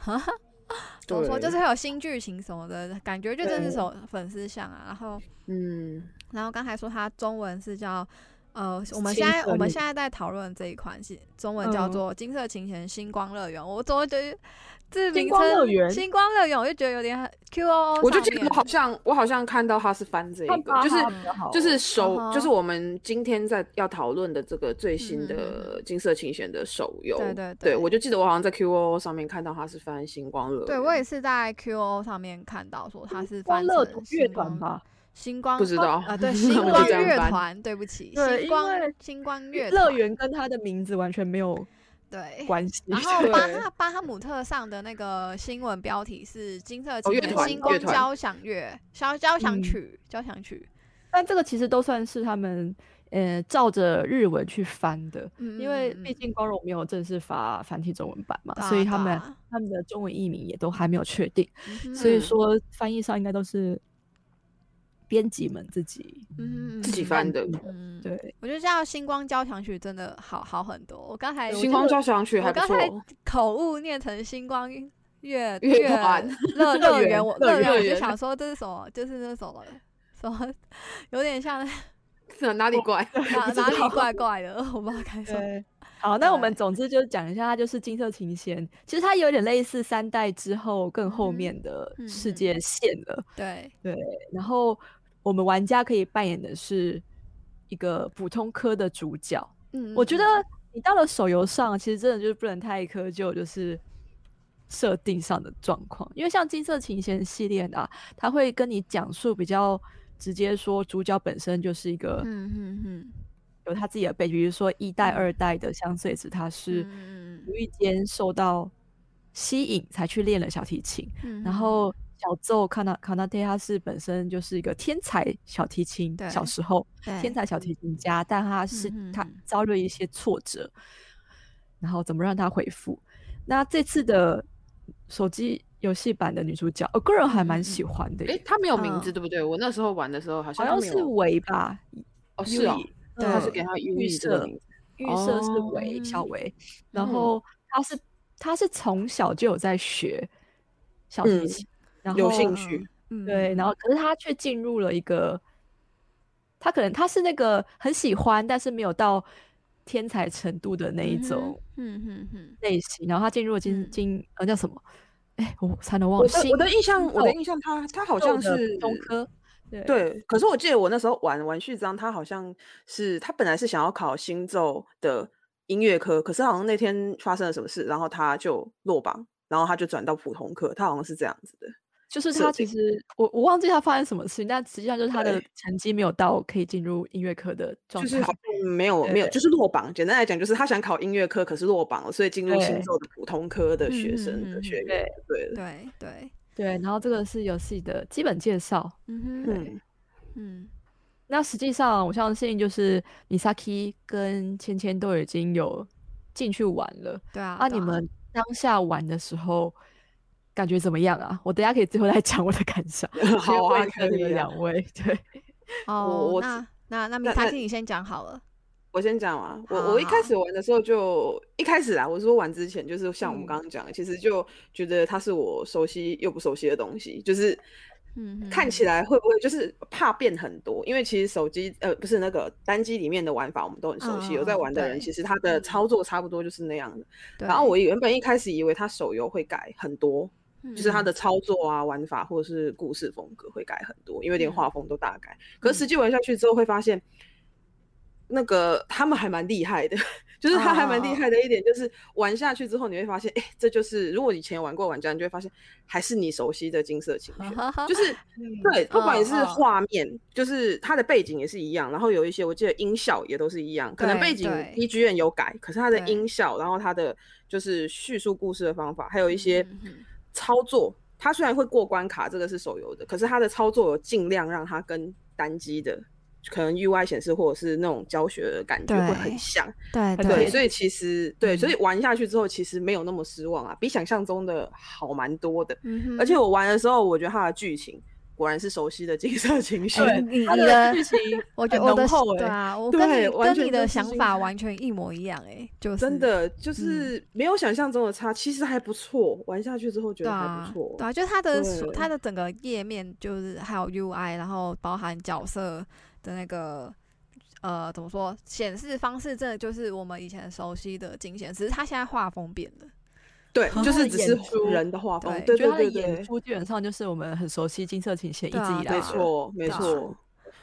Speaker 2: 怎么说
Speaker 4: 对
Speaker 2: 就是会有新剧情什么的感觉，就真是
Speaker 4: 对
Speaker 2: 手粉丝像啊。然后
Speaker 4: 嗯，
Speaker 2: 然后刚才说它中文是叫呃，我们
Speaker 3: 金
Speaker 2: 现在
Speaker 3: 色
Speaker 2: 我们
Speaker 3: 女
Speaker 2: 现在在讨论这一款是中文叫
Speaker 3: 嗯
Speaker 2: 做《金色琴弦星光乐园》，我怎么觉得这
Speaker 3: 星
Speaker 2: 名
Speaker 3: 光乐
Speaker 2: 称
Speaker 3: 园
Speaker 2: 星光乐园，我就觉得有点很 Q O O，
Speaker 4: 我就记得我好像我好像看到他是翻这一
Speaker 3: 看
Speaker 4: 个
Speaker 3: 吧，
Speaker 4: 就是
Speaker 3: 哈比较好
Speaker 4: 就是首、
Speaker 2: 嗯哼
Speaker 4: 就是我们今天在要讨论的这个最新的金色琴弦的手游，
Speaker 2: 对对对
Speaker 4: 对，我就记得我好像在 QO 上面看到他是翻星光乐园，
Speaker 2: 对我也是在 Q O 上面看到说它是
Speaker 3: 欢
Speaker 2: 翻
Speaker 3: 乐
Speaker 2: 成
Speaker 3: 乐
Speaker 2: 星
Speaker 3: 团
Speaker 2: 光
Speaker 3: 吧，
Speaker 2: 星光
Speaker 4: 不知道 [LAUGHS]
Speaker 2: 啊，对，
Speaker 4: 他
Speaker 2: 星
Speaker 4: 们就
Speaker 2: 光
Speaker 4: 这样
Speaker 2: 乐
Speaker 4: 翻
Speaker 2: 团，对不起，
Speaker 3: 对
Speaker 2: 星
Speaker 3: 因
Speaker 2: 光
Speaker 3: 为
Speaker 2: 星光乐
Speaker 3: 乐
Speaker 2: 团
Speaker 3: 园跟它的名字完全没有
Speaker 2: 对。
Speaker 3: 关系。 [LAUGHS]
Speaker 2: 然后巴
Speaker 4: 对
Speaker 2: 哈巴哈姆特上的那个新闻标题是“金色
Speaker 4: 哦
Speaker 2: 情
Speaker 4: 乐
Speaker 2: 人
Speaker 4: 团
Speaker 2: 星
Speaker 4: 乐
Speaker 2: 光
Speaker 4: 团
Speaker 2: 交响乐交交响
Speaker 3: 嗯
Speaker 2: 曲交响曲
Speaker 3: 但这个其实都算是他们呃照着日文去翻的，”，
Speaker 2: 嗯，
Speaker 3: 因为
Speaker 2: 嗯
Speaker 3: 毕
Speaker 2: 嗯
Speaker 3: 竟光荣没有正式发繁体中文版嘛，
Speaker 2: 对啊
Speaker 3: 所以他
Speaker 2: 对
Speaker 3: 们
Speaker 2: 啊
Speaker 3: 他们的中文译名也都还没有确定，
Speaker 2: 嗯哼
Speaker 3: 所以
Speaker 4: 嗯
Speaker 3: 说翻译上应该都是编辑们自己
Speaker 2: 嗯
Speaker 4: 自己翻的。
Speaker 2: 嗯，嗯，
Speaker 3: 对。
Speaker 2: 我觉得叫《星光交响曲》真的好好很多。哎我刚才
Speaker 4: 星光交响曲
Speaker 2: 我
Speaker 4: 还不
Speaker 2: 刚
Speaker 4: 错，
Speaker 2: 才 [LAUGHS] 口误念成星光乐乐
Speaker 4: 乐团
Speaker 2: 乐
Speaker 3: 乐
Speaker 2: 乐园，
Speaker 3: 园
Speaker 2: 我
Speaker 3: 乐
Speaker 2: 乐园我
Speaker 4: 园
Speaker 2: 就想说这是什么，就是那什么什么，有点像
Speaker 4: 哪里怪？
Speaker 2: 哪哪里怪怪的，我不知道该说。
Speaker 3: 对，好，那我们
Speaker 2: 对
Speaker 3: 总之就讲一下，它就是金色琴弦。其实它有点类似三代之后更后
Speaker 2: 嗯
Speaker 3: 面的
Speaker 2: 嗯
Speaker 3: 世
Speaker 2: 嗯
Speaker 3: 界线了。
Speaker 2: 对，
Speaker 3: 然后我们玩家可以扮演的是一个普通科的主角。
Speaker 2: 嗯，
Speaker 3: 我觉
Speaker 2: 嗯
Speaker 3: 得你到了手游上，其实真的就是不能太苛求，就是设定上的状况。因为像金色琴弦系列的、啊，它会跟你讲述比较直接，说主角本身就是一个
Speaker 2: 嗯嗯嗯
Speaker 3: 有他自己的背景，比如说一代、
Speaker 2: 嗯
Speaker 3: 二代的香穗子，他是
Speaker 2: 嗯嗯
Speaker 3: 无意间受到吸引才去练了小提琴。
Speaker 2: 嗯，
Speaker 3: 然后小奏卡纳卡纳特他是本身就是一个天才小提琴，小
Speaker 2: 对
Speaker 3: 时候
Speaker 2: 对
Speaker 3: 天才
Speaker 4: 嗯
Speaker 3: 小提琴家，但他是
Speaker 2: 嗯嗯
Speaker 3: 他
Speaker 2: 嗯
Speaker 3: 遭遇一些挫折，然后怎么让他恢复？那这次的手机游戏版的女主角，我个人还
Speaker 2: 嗯嗯
Speaker 3: 蛮喜欢的耶，
Speaker 4: 诶，他没有名字
Speaker 2: 嗯
Speaker 4: 对不对？我那时候玩的时候好
Speaker 3: 好
Speaker 4: 像它
Speaker 3: 像
Speaker 4: 没
Speaker 3: 是
Speaker 4: 有
Speaker 3: 维吧，
Speaker 4: 哦是哦，
Speaker 3: 对
Speaker 4: 他是给他 U
Speaker 3: 预
Speaker 4: E 这个
Speaker 3: 设
Speaker 4: 名字，
Speaker 3: 预设是
Speaker 4: 哦
Speaker 3: 维小维，
Speaker 4: 嗯
Speaker 3: 然后他是他是从小就有在学小提
Speaker 4: 嗯
Speaker 3: 琴，然后
Speaker 4: 有兴趣，
Speaker 2: 嗯
Speaker 3: 对，然后可是他却进入了一个，他可能他是那个很喜欢，但是没有到天才程度的那一种
Speaker 2: 嗯嗯嗯
Speaker 3: 类型。然后他进入了金
Speaker 2: 嗯
Speaker 3: 金呃叫什么？哎，我差点忘
Speaker 4: 我
Speaker 3: 了。
Speaker 4: 的
Speaker 3: 新
Speaker 4: 我的印象我的
Speaker 3: 豆
Speaker 4: 印象他他好
Speaker 3: 豆
Speaker 4: 像
Speaker 3: 的
Speaker 4: 是
Speaker 3: 中科，对
Speaker 4: 对，可是我记得我那时候玩玩序章，他好像是他本来是想要考新奏的音乐科，可是好像那天发生了什么事，然后他就落榜，然后他就转到普通科，他好像是这样子的。
Speaker 3: 就是
Speaker 4: 设
Speaker 3: 他其
Speaker 4: 定
Speaker 3: 实我我忘记他发生什么事情，但实际上就是他的
Speaker 4: 对
Speaker 3: 成绩没有到可以进入音乐科的状
Speaker 4: 就是
Speaker 3: 态 [LAUGHS]
Speaker 4: 好。像没有
Speaker 3: 对
Speaker 4: 没有，就是落榜。简单来讲，就是他想考音乐科，可是落榜了，所以进入新
Speaker 3: 对
Speaker 4: 奏的普通科的学
Speaker 2: 嗯
Speaker 4: 生
Speaker 2: 嗯嗯
Speaker 4: 的
Speaker 2: 嗯
Speaker 4: 学
Speaker 3: 对
Speaker 4: 员就对了。
Speaker 2: 对对，
Speaker 3: 对，然后这个是游戏的基本介绍。
Speaker 2: 嗯哼
Speaker 4: 嗯，
Speaker 2: 嗯
Speaker 3: 那实际上，我相信就是米萨 i 跟芊芊都已经有进去玩了。
Speaker 2: 对啊，
Speaker 3: 那、你
Speaker 2: 对啊
Speaker 3: 们当下玩的时候感觉怎么样啊？我等一下可以最后再讲我的感想。先
Speaker 4: [LAUGHS] 好啊
Speaker 3: 问一下
Speaker 4: 可
Speaker 3: 你
Speaker 4: 以
Speaker 3: 们
Speaker 4: 啊
Speaker 3: 两位。对，
Speaker 2: 哦
Speaker 4: 我，
Speaker 2: 那那那米
Speaker 4: 那
Speaker 2: 塔
Speaker 4: 那
Speaker 2: 基你先讲好了，
Speaker 4: 我先讲啊，我
Speaker 2: 好
Speaker 4: 我一
Speaker 2: 好
Speaker 4: 开始玩的时候就一开始啊啦，我说玩之前就是像我们刚刚讲的，其实就觉得它是我熟悉又不熟悉的东西，就是
Speaker 2: 嗯哼
Speaker 4: 看起来会不会就是怕变很多？因为其实手机呃不是那个单机里面的玩法，我们都很熟悉。有
Speaker 2: 嗯
Speaker 4: 在
Speaker 2: 嗯嗯
Speaker 4: 玩的人，
Speaker 2: 对
Speaker 4: 其实他的操作差不多就是那样的。
Speaker 2: 对
Speaker 4: 然后我原本一开始以为它手游会改很多，就是它
Speaker 2: 嗯
Speaker 4: 的操作啊、玩法或者是故事风格会改很多，因为连
Speaker 2: 嗯
Speaker 4: 画风都大改。可是实际玩下去之后，会发现那个他们还蛮厉害的， [LAUGHS] 就是他还蛮厉
Speaker 2: 哦
Speaker 4: 害的一点，就是玩下去之后，你会发现，哎、这就是如果以前有玩过玩家，你就会发现还是你熟悉的金色琴弦。就是对，不管是
Speaker 2: 嗯嗯
Speaker 4: 画面，就是它的背景也是一样，然后有一些我记得音效也都是一样，可能
Speaker 2: 对
Speaker 4: 背景
Speaker 2: 对
Speaker 4: B G M 有改，可是它的
Speaker 2: 对
Speaker 4: 音效，然后它的就是叙述故事的方法，还有一些
Speaker 2: 嗯嗯嗯
Speaker 4: 操作，它虽然会过关卡，这个是手游的，可是它的操作有尽量让它跟单机的可能 UI 显示或者是那种教学的感觉会很
Speaker 5: 对
Speaker 4: 像。
Speaker 5: 对
Speaker 4: 对，
Speaker 5: 对
Speaker 4: 所以其实对，所以
Speaker 2: 嗯
Speaker 4: 玩下去之后，其实没有那么失望啊，比想象中的好蛮多的。
Speaker 5: 嗯哼
Speaker 4: 而且我玩的时候，我觉得它的剧情果然是熟悉的金色情绪。
Speaker 2: 哎
Speaker 3: 对
Speaker 5: 你
Speaker 3: 它
Speaker 5: 你
Speaker 3: 的
Speaker 5: 的
Speaker 3: 剧情
Speaker 2: 我觉
Speaker 3: 很
Speaker 2: 得我的
Speaker 3: 浓厚
Speaker 2: 对
Speaker 3: 哎，
Speaker 2: 啊，我
Speaker 4: 欸对
Speaker 2: 跟你
Speaker 4: 完
Speaker 2: 跟你
Speaker 4: 全
Speaker 2: 的
Speaker 4: 就是
Speaker 2: 想
Speaker 4: 新
Speaker 2: 法
Speaker 4: 的
Speaker 2: 完全一模一样哎，就是
Speaker 4: [LAUGHS] 真的就是没有想象中的差，其实还不错。玩下去之后觉
Speaker 2: 对
Speaker 4: 得还
Speaker 2: 啊
Speaker 4: 不错，
Speaker 2: 对啊，就是它的所
Speaker 4: 对
Speaker 2: 它的整个页面就是还有 UI，然后包含角色的那个呃怎么说显示方式，真的就是我们以前熟悉的金显，只是它现在画风变了。
Speaker 4: 对，
Speaker 3: 很
Speaker 4: 就
Speaker 3: 好
Speaker 4: 是
Speaker 3: 的
Speaker 4: 只
Speaker 3: 演
Speaker 4: 是
Speaker 3: 出
Speaker 4: 人的画风，
Speaker 2: 对
Speaker 4: 对
Speaker 3: 觉得
Speaker 4: 对
Speaker 3: 他的
Speaker 4: 对
Speaker 3: 演
Speaker 4: 对，
Speaker 3: 出基本上就是我们很熟悉金色琴弦一
Speaker 2: 对
Speaker 3: 直
Speaker 2: 啊
Speaker 3: 以来
Speaker 2: 对
Speaker 4: 没
Speaker 3: 的
Speaker 2: 啊
Speaker 4: 错没
Speaker 2: 对啊
Speaker 4: 错，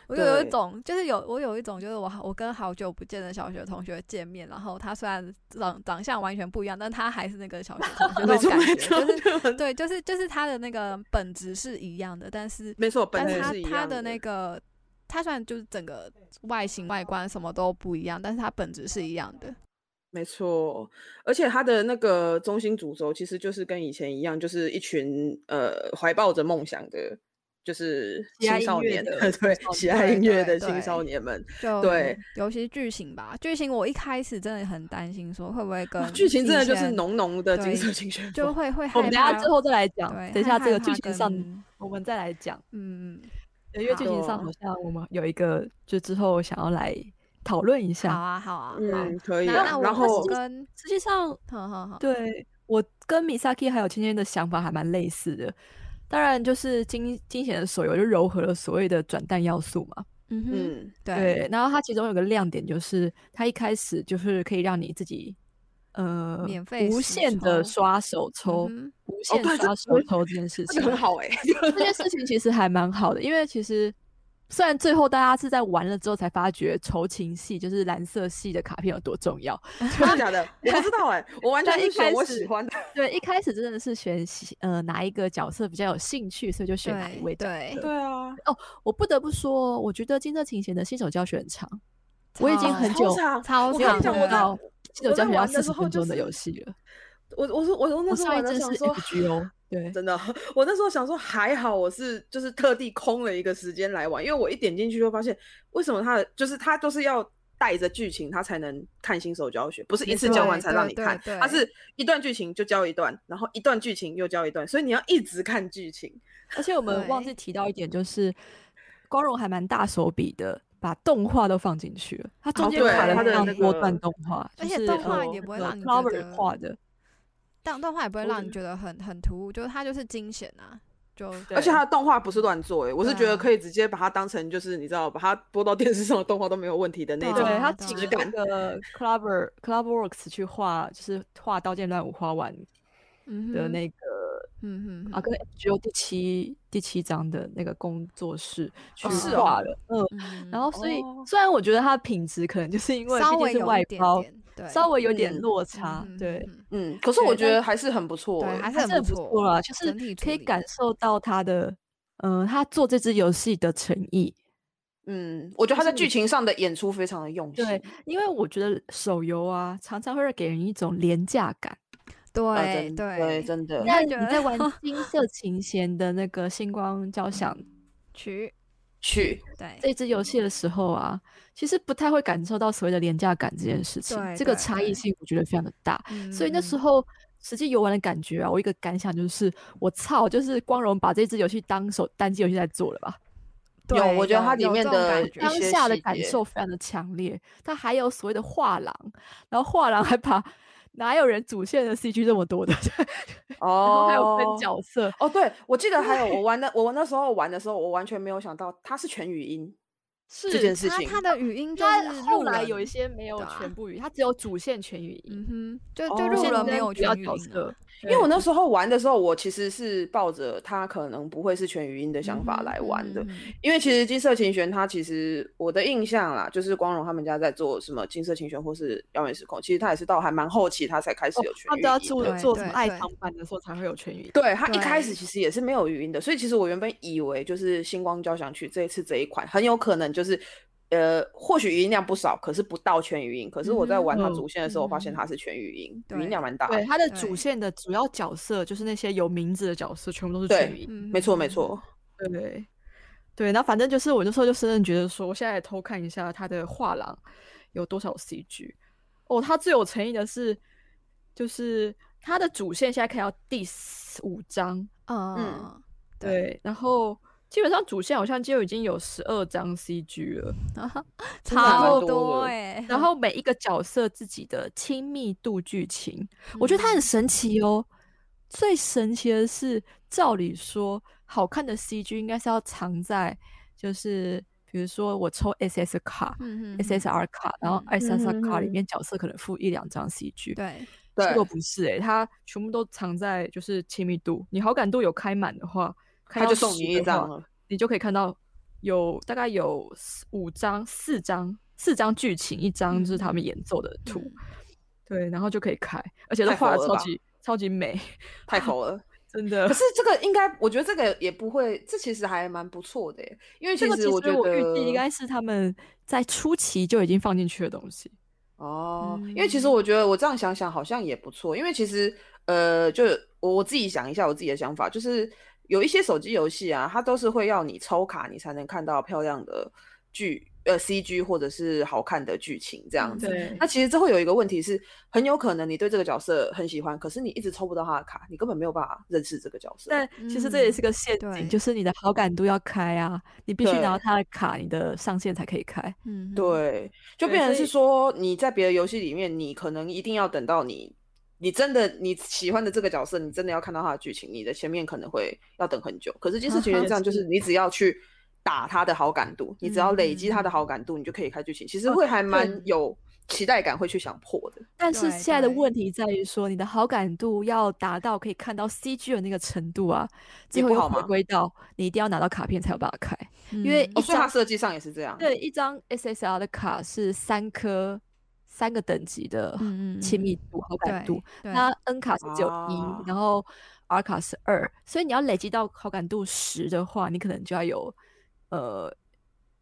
Speaker 2: 我有一
Speaker 4: 对
Speaker 2: 种，就是有我有一种，就是我好我跟好久不见的小学同学见面，然后他虽然长长相完全不一样，但他还是那个小学同学
Speaker 4: 没
Speaker 2: 那
Speaker 4: 错
Speaker 2: 种感
Speaker 4: 没
Speaker 2: 觉，
Speaker 4: 错， [LAUGHS]
Speaker 2: 就是
Speaker 4: 就很
Speaker 2: 对，就是就是他的那个本质是一样的，但是
Speaker 4: 没错，本
Speaker 2: 但
Speaker 4: 质
Speaker 2: 是
Speaker 4: 是一
Speaker 2: 他他
Speaker 4: 样
Speaker 2: 的那个他虽然就是整个外形外观什么都不一样，但是他本质是一样的。
Speaker 4: 没错，而且它的那个中心主轴其实就是跟以前一样，就是一群呃怀抱着梦想的，就是
Speaker 3: 喜爱
Speaker 4: 青
Speaker 3: 音
Speaker 4: 少
Speaker 3: 乐
Speaker 4: 年
Speaker 3: 的
Speaker 4: [LAUGHS] 对
Speaker 3: 青少
Speaker 4: 喜
Speaker 3: 年
Speaker 4: 爱音乐
Speaker 2: 对
Speaker 4: 的青少
Speaker 2: 对
Speaker 4: 年们。
Speaker 2: 就
Speaker 4: 对，
Speaker 2: 尤其是剧情吧，剧情我一开始真的很担心，说会不会
Speaker 4: 哇
Speaker 2: 跟
Speaker 4: 哦剧情真的就
Speaker 2: 以
Speaker 4: 是
Speaker 2: 前
Speaker 4: 浓浓的
Speaker 2: 对
Speaker 4: 金色情旋
Speaker 2: 就
Speaker 4: 风，
Speaker 2: 会会
Speaker 3: 我
Speaker 2: 害
Speaker 3: 们等一
Speaker 2: 怕
Speaker 3: 下之后再来讲，
Speaker 2: 对
Speaker 3: 等一
Speaker 2: 会
Speaker 3: 下这
Speaker 2: 害
Speaker 3: 个
Speaker 2: 怕
Speaker 3: 剧情上
Speaker 2: 跟嗯
Speaker 3: 我们再来讲，
Speaker 2: 嗯嗯
Speaker 3: 对因为剧情上
Speaker 4: 嗯好
Speaker 3: 好像我们有一个就之后想要来讨论一
Speaker 2: 嗯，好
Speaker 3: 下。
Speaker 2: 啊好啊，好
Speaker 4: 嗯，可以
Speaker 2: 那
Speaker 4: 啊。
Speaker 2: 那我
Speaker 4: 然后
Speaker 2: 我跟
Speaker 3: 实际上，
Speaker 2: 好好好，
Speaker 3: 对我跟 Misaki 还有芊芊的想法还蛮类似的。当然，就是金金钱的手游就柔合了所谓的转蛋要素嘛。
Speaker 2: 嗯哼，
Speaker 4: 嗯，
Speaker 2: 对，
Speaker 3: 然后它其中有个亮点就是，它一开始就是可以让你自己呃
Speaker 2: 免费实
Speaker 3: 无限的
Speaker 2: 抽
Speaker 3: 刷手抽，
Speaker 2: 嗯
Speaker 3: 无限
Speaker 4: 哦对
Speaker 3: 刷
Speaker 4: 这
Speaker 3: 手抽这件事
Speaker 4: 这
Speaker 3: 情，
Speaker 4: 个很好
Speaker 2: [LAUGHS]
Speaker 4: 哎，
Speaker 3: 这件事情其实还蛮好的，因为其实虽然最后大家是在玩了之后才发觉筹情系就是蓝色系的卡片有多重要，
Speaker 4: 真的假的？我不知道哎，我完全
Speaker 3: 但一
Speaker 4: 是选
Speaker 3: 开
Speaker 4: 我
Speaker 3: 始
Speaker 4: 喜欢的。
Speaker 3: 对，一开始真的是选喜呃哪一个角色比较有兴趣，所以就选哪一
Speaker 2: 对
Speaker 3: 位角色。
Speaker 2: 对
Speaker 4: 对啊，
Speaker 3: 我不得不说，我觉得金色琴弦的新手教学很长，我已经
Speaker 2: 超
Speaker 3: 很
Speaker 4: 超
Speaker 3: 久
Speaker 4: 长
Speaker 2: 超
Speaker 4: 我
Speaker 3: 没
Speaker 4: 跟
Speaker 3: 有
Speaker 4: 你
Speaker 2: 长
Speaker 4: 讲，
Speaker 3: 碰到新手
Speaker 4: 我在我在
Speaker 3: 教学要
Speaker 4: 玩
Speaker 3: 四
Speaker 4: 的时
Speaker 3: 十
Speaker 4: 候
Speaker 3: 分
Speaker 4: 就
Speaker 3: 钟的
Speaker 4: 是
Speaker 3: 游戏了。
Speaker 4: 我我说我我那
Speaker 3: 我
Speaker 4: 时候
Speaker 3: 上一
Speaker 4: 玩的
Speaker 3: 阵
Speaker 4: 想
Speaker 3: 是哦
Speaker 4: 说
Speaker 3: FGO，对，
Speaker 4: 真的，我那时候想说还好，我是就是特地空了一个时间来玩，因为我一点进去就发现，为什么他的就是他都是要带着剧情，他才能看新手教学，不是一次教完才让你看，
Speaker 2: 对对对
Speaker 4: 他是一段剧情就教一段，然后一段剧情又教一段，所以你要一直看剧情。
Speaker 3: 而且我们忘记提到一点，就是光荣还蛮大手笔的，把动画都放进去了。它中
Speaker 4: 哦
Speaker 3: 间
Speaker 4: 对
Speaker 3: 卡了
Speaker 4: 它
Speaker 3: 非
Speaker 4: 的
Speaker 3: 常
Speaker 4: 那
Speaker 3: 多
Speaker 4: 个
Speaker 3: 段动画，
Speaker 2: 而
Speaker 3: 就
Speaker 2: 且
Speaker 3: 是
Speaker 2: 动画
Speaker 3: 呃
Speaker 2: 也不会
Speaker 3: 那个
Speaker 2: 让你觉
Speaker 3: flower
Speaker 2: 得
Speaker 3: 画的，
Speaker 2: 但动画也不会
Speaker 4: 我
Speaker 2: 让
Speaker 4: 觉
Speaker 2: 你觉得很很突兀，就是它就是惊险啊，就
Speaker 3: 对
Speaker 4: 而且他的动画不是乱做、欸，我是
Speaker 2: 对啊
Speaker 4: 觉得可以直接把它当成就是你知道，把它播到电视上的动画都没有问题的那
Speaker 2: 对
Speaker 4: 种
Speaker 3: 对它
Speaker 2: 对
Speaker 3: 请
Speaker 2: 啊
Speaker 4: 质
Speaker 3: 了那
Speaker 4: 感。
Speaker 3: 个 Clubber Clubworks 去画，就是画《刀剑乱舞花丸》
Speaker 2: 嗯哼
Speaker 3: 的那个、
Speaker 2: 嗯哼
Speaker 3: 啊，跟 FGO 第七第七章的那个工作室去
Speaker 2: 哦是哦
Speaker 3: 画了。嗯，
Speaker 2: 嗯
Speaker 3: 然后所以、
Speaker 4: 哦
Speaker 3: 虽然我觉得它的品质可能就是因为
Speaker 2: 稍
Speaker 3: 毕竟
Speaker 2: 微
Speaker 3: 是
Speaker 2: 有
Speaker 3: 外
Speaker 2: 一点
Speaker 3: 包，
Speaker 2: 点对
Speaker 3: 稍微有点
Speaker 4: 嗯
Speaker 3: 落
Speaker 2: 嗯
Speaker 3: 差，
Speaker 2: 哼
Speaker 3: 对。
Speaker 2: 嗯
Speaker 4: 嗯，可是我
Speaker 2: 对
Speaker 4: 觉
Speaker 2: 但
Speaker 4: 得还是很不错、
Speaker 2: 对
Speaker 4: 欸，
Speaker 2: 还是
Speaker 3: 真的
Speaker 2: 很
Speaker 3: 不
Speaker 2: 错
Speaker 3: 啦，就是
Speaker 2: 整体处
Speaker 3: 可以
Speaker 2: 理
Speaker 3: 感受到他的，嗯、他做这支游戏的诚意。
Speaker 4: 嗯，我觉得他在剧情上的演出非常的用心。
Speaker 3: 对，因为我觉得手游啊，常常会给人一种廉价感。
Speaker 4: 啊
Speaker 2: 对
Speaker 4: 真
Speaker 2: 对
Speaker 4: 真的
Speaker 2: 你
Speaker 3: 但
Speaker 2: 会
Speaker 3: 你
Speaker 2: 觉得
Speaker 3: 在
Speaker 2: [LAUGHS]
Speaker 3: 玩金色琴弦的那个星光
Speaker 4: 嗯
Speaker 3: 交响
Speaker 2: 曲 [LAUGHS]
Speaker 4: 去，
Speaker 2: 对
Speaker 3: 这支游戏的时候啊，其实不太会感受到所谓的廉价感这件事情
Speaker 2: 对。
Speaker 3: 这个
Speaker 2: 对
Speaker 3: 差异
Speaker 2: 对
Speaker 3: 性我觉得非常的大。
Speaker 2: 嗯
Speaker 3: 所以那时
Speaker 2: 嗯
Speaker 3: 候实际游玩的感觉啊，我一个感想就是，我操，就是光荣把这支游戏当手单机游戏在做了吧？
Speaker 2: 对
Speaker 4: 有我觉得它里
Speaker 2: 有
Speaker 4: 面
Speaker 2: 这种
Speaker 4: 的
Speaker 2: 感觉
Speaker 4: 一
Speaker 3: 当
Speaker 4: 些
Speaker 3: 下的
Speaker 4: 细
Speaker 3: 感
Speaker 4: 节
Speaker 3: 受非常的强烈。它还有所谓的画廊，然后画廊还把哪有人主线的 CG 这么多的， [LAUGHS] 然后还有分角色，
Speaker 4: 哦，对，我记得还有我玩的，我那时候玩的时候，我完全没有想到它是全语音
Speaker 3: 是
Speaker 4: 这件事
Speaker 2: 它
Speaker 4: 情。
Speaker 2: 它的语音就
Speaker 3: 它
Speaker 2: 是
Speaker 3: 后
Speaker 2: 入
Speaker 3: 来有一
Speaker 2: 人
Speaker 3: 些没有
Speaker 2: 对啊
Speaker 3: 全部语，它只有主线全语音，
Speaker 2: 嗯哼，就就
Speaker 4: 哦
Speaker 2: 入
Speaker 3: 线
Speaker 2: 了
Speaker 4: 人
Speaker 2: 没
Speaker 3: 跟
Speaker 2: 有
Speaker 3: 主要
Speaker 2: 全语
Speaker 3: 角
Speaker 2: 音啊
Speaker 3: 色，，
Speaker 4: 因为我
Speaker 3: 对
Speaker 4: 那时候玩的时候，我其实是抱着它可能不会是全语音的想法
Speaker 2: 嗯哼
Speaker 4: 来
Speaker 2: 嗯
Speaker 4: 玩的，
Speaker 2: 哼嗯哼
Speaker 4: 因为其实金色琴弦它其实我的印象啦，就是光荣他们家在做什么金色琴弦或是遥远时空，其实它也是到还蛮后期它才开始有全
Speaker 3: 他们
Speaker 4: 语音
Speaker 3: 都要
Speaker 4: 的。
Speaker 3: 做
Speaker 2: 对
Speaker 3: 做什
Speaker 2: 对
Speaker 3: 么爱
Speaker 2: 对
Speaker 3: 藏版的时候才会有全语音。
Speaker 4: 对它一开
Speaker 2: 对
Speaker 4: 始其实也是没有语音的，所以其实我原本以为就是星光交响曲这一次这一款很有可能就是，呃，或许语音量不少，可是不到全语音。可是我在玩它
Speaker 3: 嗯
Speaker 4: 主线的时候，我发现
Speaker 2: 嗯
Speaker 4: 它是全语音，
Speaker 2: 对
Speaker 4: 语音量蛮大的。
Speaker 3: 对，它的
Speaker 2: 对
Speaker 3: 主线的主要角色就是那些有名字的角色，全部都是
Speaker 4: 对
Speaker 3: 全语音。
Speaker 2: 嗯
Speaker 4: 没错没
Speaker 2: 哼
Speaker 4: 错，
Speaker 3: 对，对，然后反正就是我那时候就深深觉得说，我现在来偷看一下他的画廊有多少 CG。哦，他最有诚意的是，就是他的主线现在看到第四五章，
Speaker 5: 嗯，
Speaker 3: 对，然后基本上主线好像就已经有十二张 CG 了，
Speaker 4: 的蛮
Speaker 5: 超
Speaker 4: 多
Speaker 5: 多
Speaker 4: 的
Speaker 5: 哎、
Speaker 2: 欸
Speaker 3: 然后每一个角色自己的亲密度剧情，我觉得它很
Speaker 2: 嗯
Speaker 3: 神奇哦。最神奇的是，照理说，好看的 CG 应该是要藏在，就是比如说我抽 SS 卡、
Speaker 2: 嗯
Speaker 3: SSR 卡，然后
Speaker 2: 嗯
Speaker 3: SSR 卡里
Speaker 4: 嗯
Speaker 3: 面角色可能附一两张 CG，、
Speaker 2: 对，
Speaker 3: 结果
Speaker 4: 对，
Speaker 3: 不是诶、欸它全部都藏在就是亲密度，你好感度有开满的话，开
Speaker 4: 他
Speaker 3: 到
Speaker 4: 就送
Speaker 3: 10
Speaker 4: 你一
Speaker 3: 的话
Speaker 4: 张了。
Speaker 3: 你就可以看到有大概有四五张、四张、四张剧情，一张就是他们
Speaker 4: 嗯
Speaker 3: 演奏的图，
Speaker 2: 嗯
Speaker 3: 对，然后就可以开，而且都
Speaker 4: 太
Speaker 3: 画的
Speaker 4: 佛了
Speaker 3: 超
Speaker 4: 吧
Speaker 3: 级超级
Speaker 4: [LAUGHS]
Speaker 3: 美，
Speaker 4: 太抠了。
Speaker 3: 真的
Speaker 4: 可。是这个应该，我觉得这个也不会，这其实还蛮不错的耶，因为
Speaker 3: 这个
Speaker 4: 实我
Speaker 3: 其
Speaker 4: 觉
Speaker 3: 实
Speaker 4: 得
Speaker 3: 我预计应该是他们在初期就已经放进去的东西。
Speaker 4: 哦，因为其
Speaker 3: 嗯
Speaker 4: 实我觉得我这样想想好像也不错，因为其实呃，就我我自己想一下我自己的想法，就是有一些手机游戏啊，它都是会要你抽卡你才能看到漂亮的剧呃 CG 或者是好看的剧情这样
Speaker 2: 嗯
Speaker 4: 子。
Speaker 2: 对
Speaker 4: 那其实这会有一个问题是，很有可能你对这个角色很喜欢，可是你一直抽不到他的卡，你根本没有办法认识这个角色。
Speaker 3: 但其实这
Speaker 4: 嗯
Speaker 3: 也是个陷
Speaker 2: 对
Speaker 3: 阱，就是你的好感度要开啊，你必须拿到
Speaker 4: 对
Speaker 3: 他的卡，你的上限才可以开。
Speaker 2: 嗯哼，
Speaker 4: 对，就
Speaker 3: 对
Speaker 4: 变成
Speaker 3: 所以
Speaker 4: 是说，你在别的游戏里面，你可能一定要等到你，你真的你喜欢的这个角色，你真的要看到他的剧情，你的前面可能会要等很久。可是《金
Speaker 3: 啊
Speaker 4: 丝情缘》这样，就是你只要去打他的好感度，你只要累积他的
Speaker 3: 嗯
Speaker 4: 好感度，你就可以开剧情。其
Speaker 3: 哦
Speaker 4: 实会还蛮有期待感，会去想破的。
Speaker 3: 但是
Speaker 2: 对
Speaker 3: 现在的
Speaker 2: 对
Speaker 3: 问题在于说，你的好感度要达到可以看到 CG 的那个程度啊，最
Speaker 4: 也
Speaker 3: 后
Speaker 4: 不
Speaker 3: 又
Speaker 4: 好
Speaker 3: 回
Speaker 4: 吗
Speaker 3: 归到你一定要拿到卡片才有办法开。
Speaker 2: 因
Speaker 3: 为
Speaker 4: 哦，
Speaker 3: 一
Speaker 4: 所
Speaker 3: 张
Speaker 4: 以它设计上也是这样。
Speaker 3: 对，一张 SSR 的卡是三颗三个等级的
Speaker 2: 嗯嗯嗯
Speaker 3: 亲密度、好感度，
Speaker 2: 对
Speaker 3: 那 N 卡是只有一、
Speaker 4: 啊
Speaker 3: 然后 R 卡是二，所以你要累积到好感度十的话，你可能就要有呃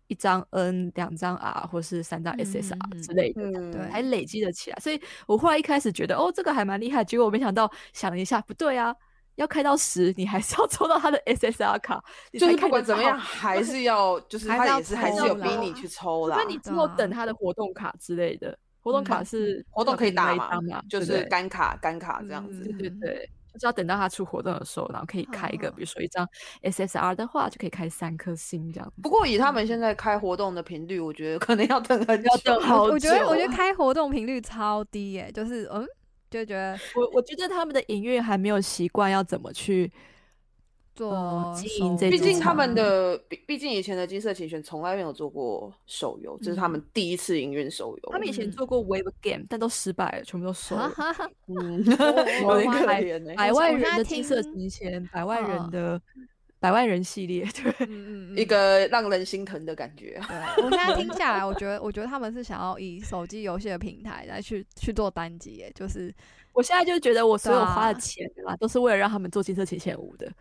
Speaker 3: 一张 N、两张 R 或是三张
Speaker 2: 嗯
Speaker 3: SSR
Speaker 2: 嗯
Speaker 3: 之类的。
Speaker 4: 嗯，
Speaker 2: 对
Speaker 3: 还累积了起来。所以我后来一开始觉得哦，这个还蛮厉害，结果我没想到想了一下，不对啊，要开到十，你还是要抽到他的 SSR 卡，你
Speaker 4: 就
Speaker 3: 才
Speaker 4: 是
Speaker 3: 看
Speaker 4: 不
Speaker 3: 得
Speaker 4: 管怎么
Speaker 3: 到 [LAUGHS]
Speaker 4: 样，。还是要就是
Speaker 2: 还是
Speaker 4: 它
Speaker 2: 要
Speaker 4: 也是还
Speaker 3: 抽
Speaker 4: 是有
Speaker 3: 啦
Speaker 4: 逼你去抽
Speaker 3: 除
Speaker 4: 啦
Speaker 3: 非。你之后
Speaker 2: 对啊
Speaker 3: 等他的活动卡之类的，活动卡
Speaker 2: 嗯
Speaker 3: 是
Speaker 4: 活动可以打
Speaker 3: 嘛，嘛对
Speaker 4: 就
Speaker 3: 不
Speaker 4: 是
Speaker 3: 对
Speaker 4: 干卡干卡这样子
Speaker 3: 对。对
Speaker 2: 嗯
Speaker 3: 对。就是要等到他出活动的时候，然后可以开一个，
Speaker 4: 嗯
Speaker 3: 比如说一张 SSR 的话，就可以开三颗星这样。
Speaker 4: 不过以他们现在开活动的频率，我觉得可能要等很久。啊
Speaker 3: 要等好
Speaker 2: 我我觉得我觉
Speaker 3: 久哦
Speaker 2: 得开活动频率超低耶、就是嗯，就觉得
Speaker 3: 我我觉得他们的营运还没有习惯要怎么去
Speaker 2: 做
Speaker 3: 嗯经
Speaker 2: 手嗯
Speaker 3: 营这
Speaker 4: 毕
Speaker 3: 种
Speaker 4: 竟他
Speaker 3: 场
Speaker 4: 们
Speaker 3: 合
Speaker 4: 的，毕毕竟以前的金色琴弦从来没有做过手游，这是他们第一次营运手游。
Speaker 3: 嗯他们以前
Speaker 2: 嗯
Speaker 3: 做过 Web Game，但都失败了，全部都收了。
Speaker 4: 嗯
Speaker 3: 我
Speaker 4: 有点
Speaker 3: 我
Speaker 4: 可
Speaker 3: 还
Speaker 4: 怜欸
Speaker 3: 百
Speaker 2: 我
Speaker 3: 万
Speaker 2: 现
Speaker 3: 人
Speaker 2: 在
Speaker 3: 的金色
Speaker 2: 听
Speaker 3: 极限，百万
Speaker 2: 嗯
Speaker 3: 人的百万人系列， [LAUGHS] 对，
Speaker 2: 嗯嗯
Speaker 4: 一
Speaker 2: 嗯
Speaker 4: 个让人心疼的感
Speaker 3: 嗯
Speaker 4: 觉。
Speaker 2: 对，我现在听下来，我觉得，我觉得他们是想要以手机游戏的平台来去去做单机耶，就是
Speaker 3: 我现在就觉得我所有花
Speaker 2: 对啊
Speaker 3: 的钱啊，都是为了让他们做金色极限五 [LAUGHS] 的。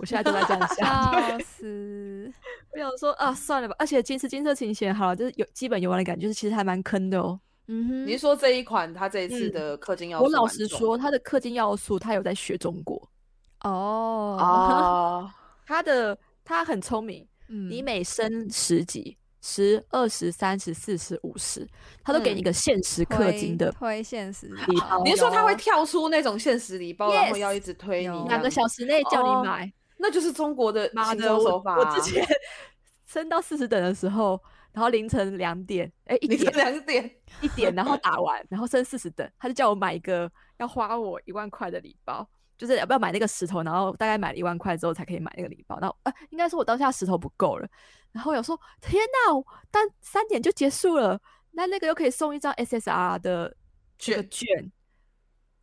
Speaker 3: 我现在都在这样想， [LAUGHS]
Speaker 2: 笑死，
Speaker 3: 我想说啊，算了吧。而且金色金色琴弦，好了，就是有基本游玩的感觉，就是其实还蛮坑的哦。
Speaker 2: 嗯哼，
Speaker 4: 你是说这一款它这一次的氪金要
Speaker 3: 嗯
Speaker 4: 素
Speaker 3: 我
Speaker 4: 蛮重的？
Speaker 3: 老实说，它的氪金要素，它有在学中国， [LAUGHS]
Speaker 2: 哦，
Speaker 4: 啊，
Speaker 3: 它的它很聪明，
Speaker 2: 嗯
Speaker 3: 你每升十级，十、二十、三十、四十、五十，它都给你一
Speaker 4: 嗯
Speaker 3: 个限时氪
Speaker 2: 推
Speaker 3: 金的
Speaker 2: 推现实
Speaker 3: 礼包
Speaker 4: 你是说它会
Speaker 3: 有啊
Speaker 4: 跳出那种限时礼包，然后
Speaker 3: Yes，
Speaker 4: 要一直推你
Speaker 2: 有
Speaker 3: 两
Speaker 4: 这
Speaker 3: 个
Speaker 4: 样子
Speaker 3: 小时内叫
Speaker 4: 哦
Speaker 3: 你买，
Speaker 4: 那就是中国的
Speaker 3: 妈
Speaker 4: 行
Speaker 3: 的，
Speaker 4: 销
Speaker 3: 我
Speaker 4: 手法啊。
Speaker 3: 我之前 [LAUGHS] 升到四十等的时候，然后凌晨两点，哎、一
Speaker 4: 你这
Speaker 3: 点
Speaker 4: 两点
Speaker 3: 一点，然后打完，然后升四十等，他就叫我买一个要花我一万块的礼包，就是要不要买那个石头，然后大概买了一万块之后才可以买那个礼包。然后呃，应该说我当下石头不够了，然后我想说天哪，但三点就结束了，那那个又可以送一张 SSR 的这个
Speaker 4: 券
Speaker 3: 券。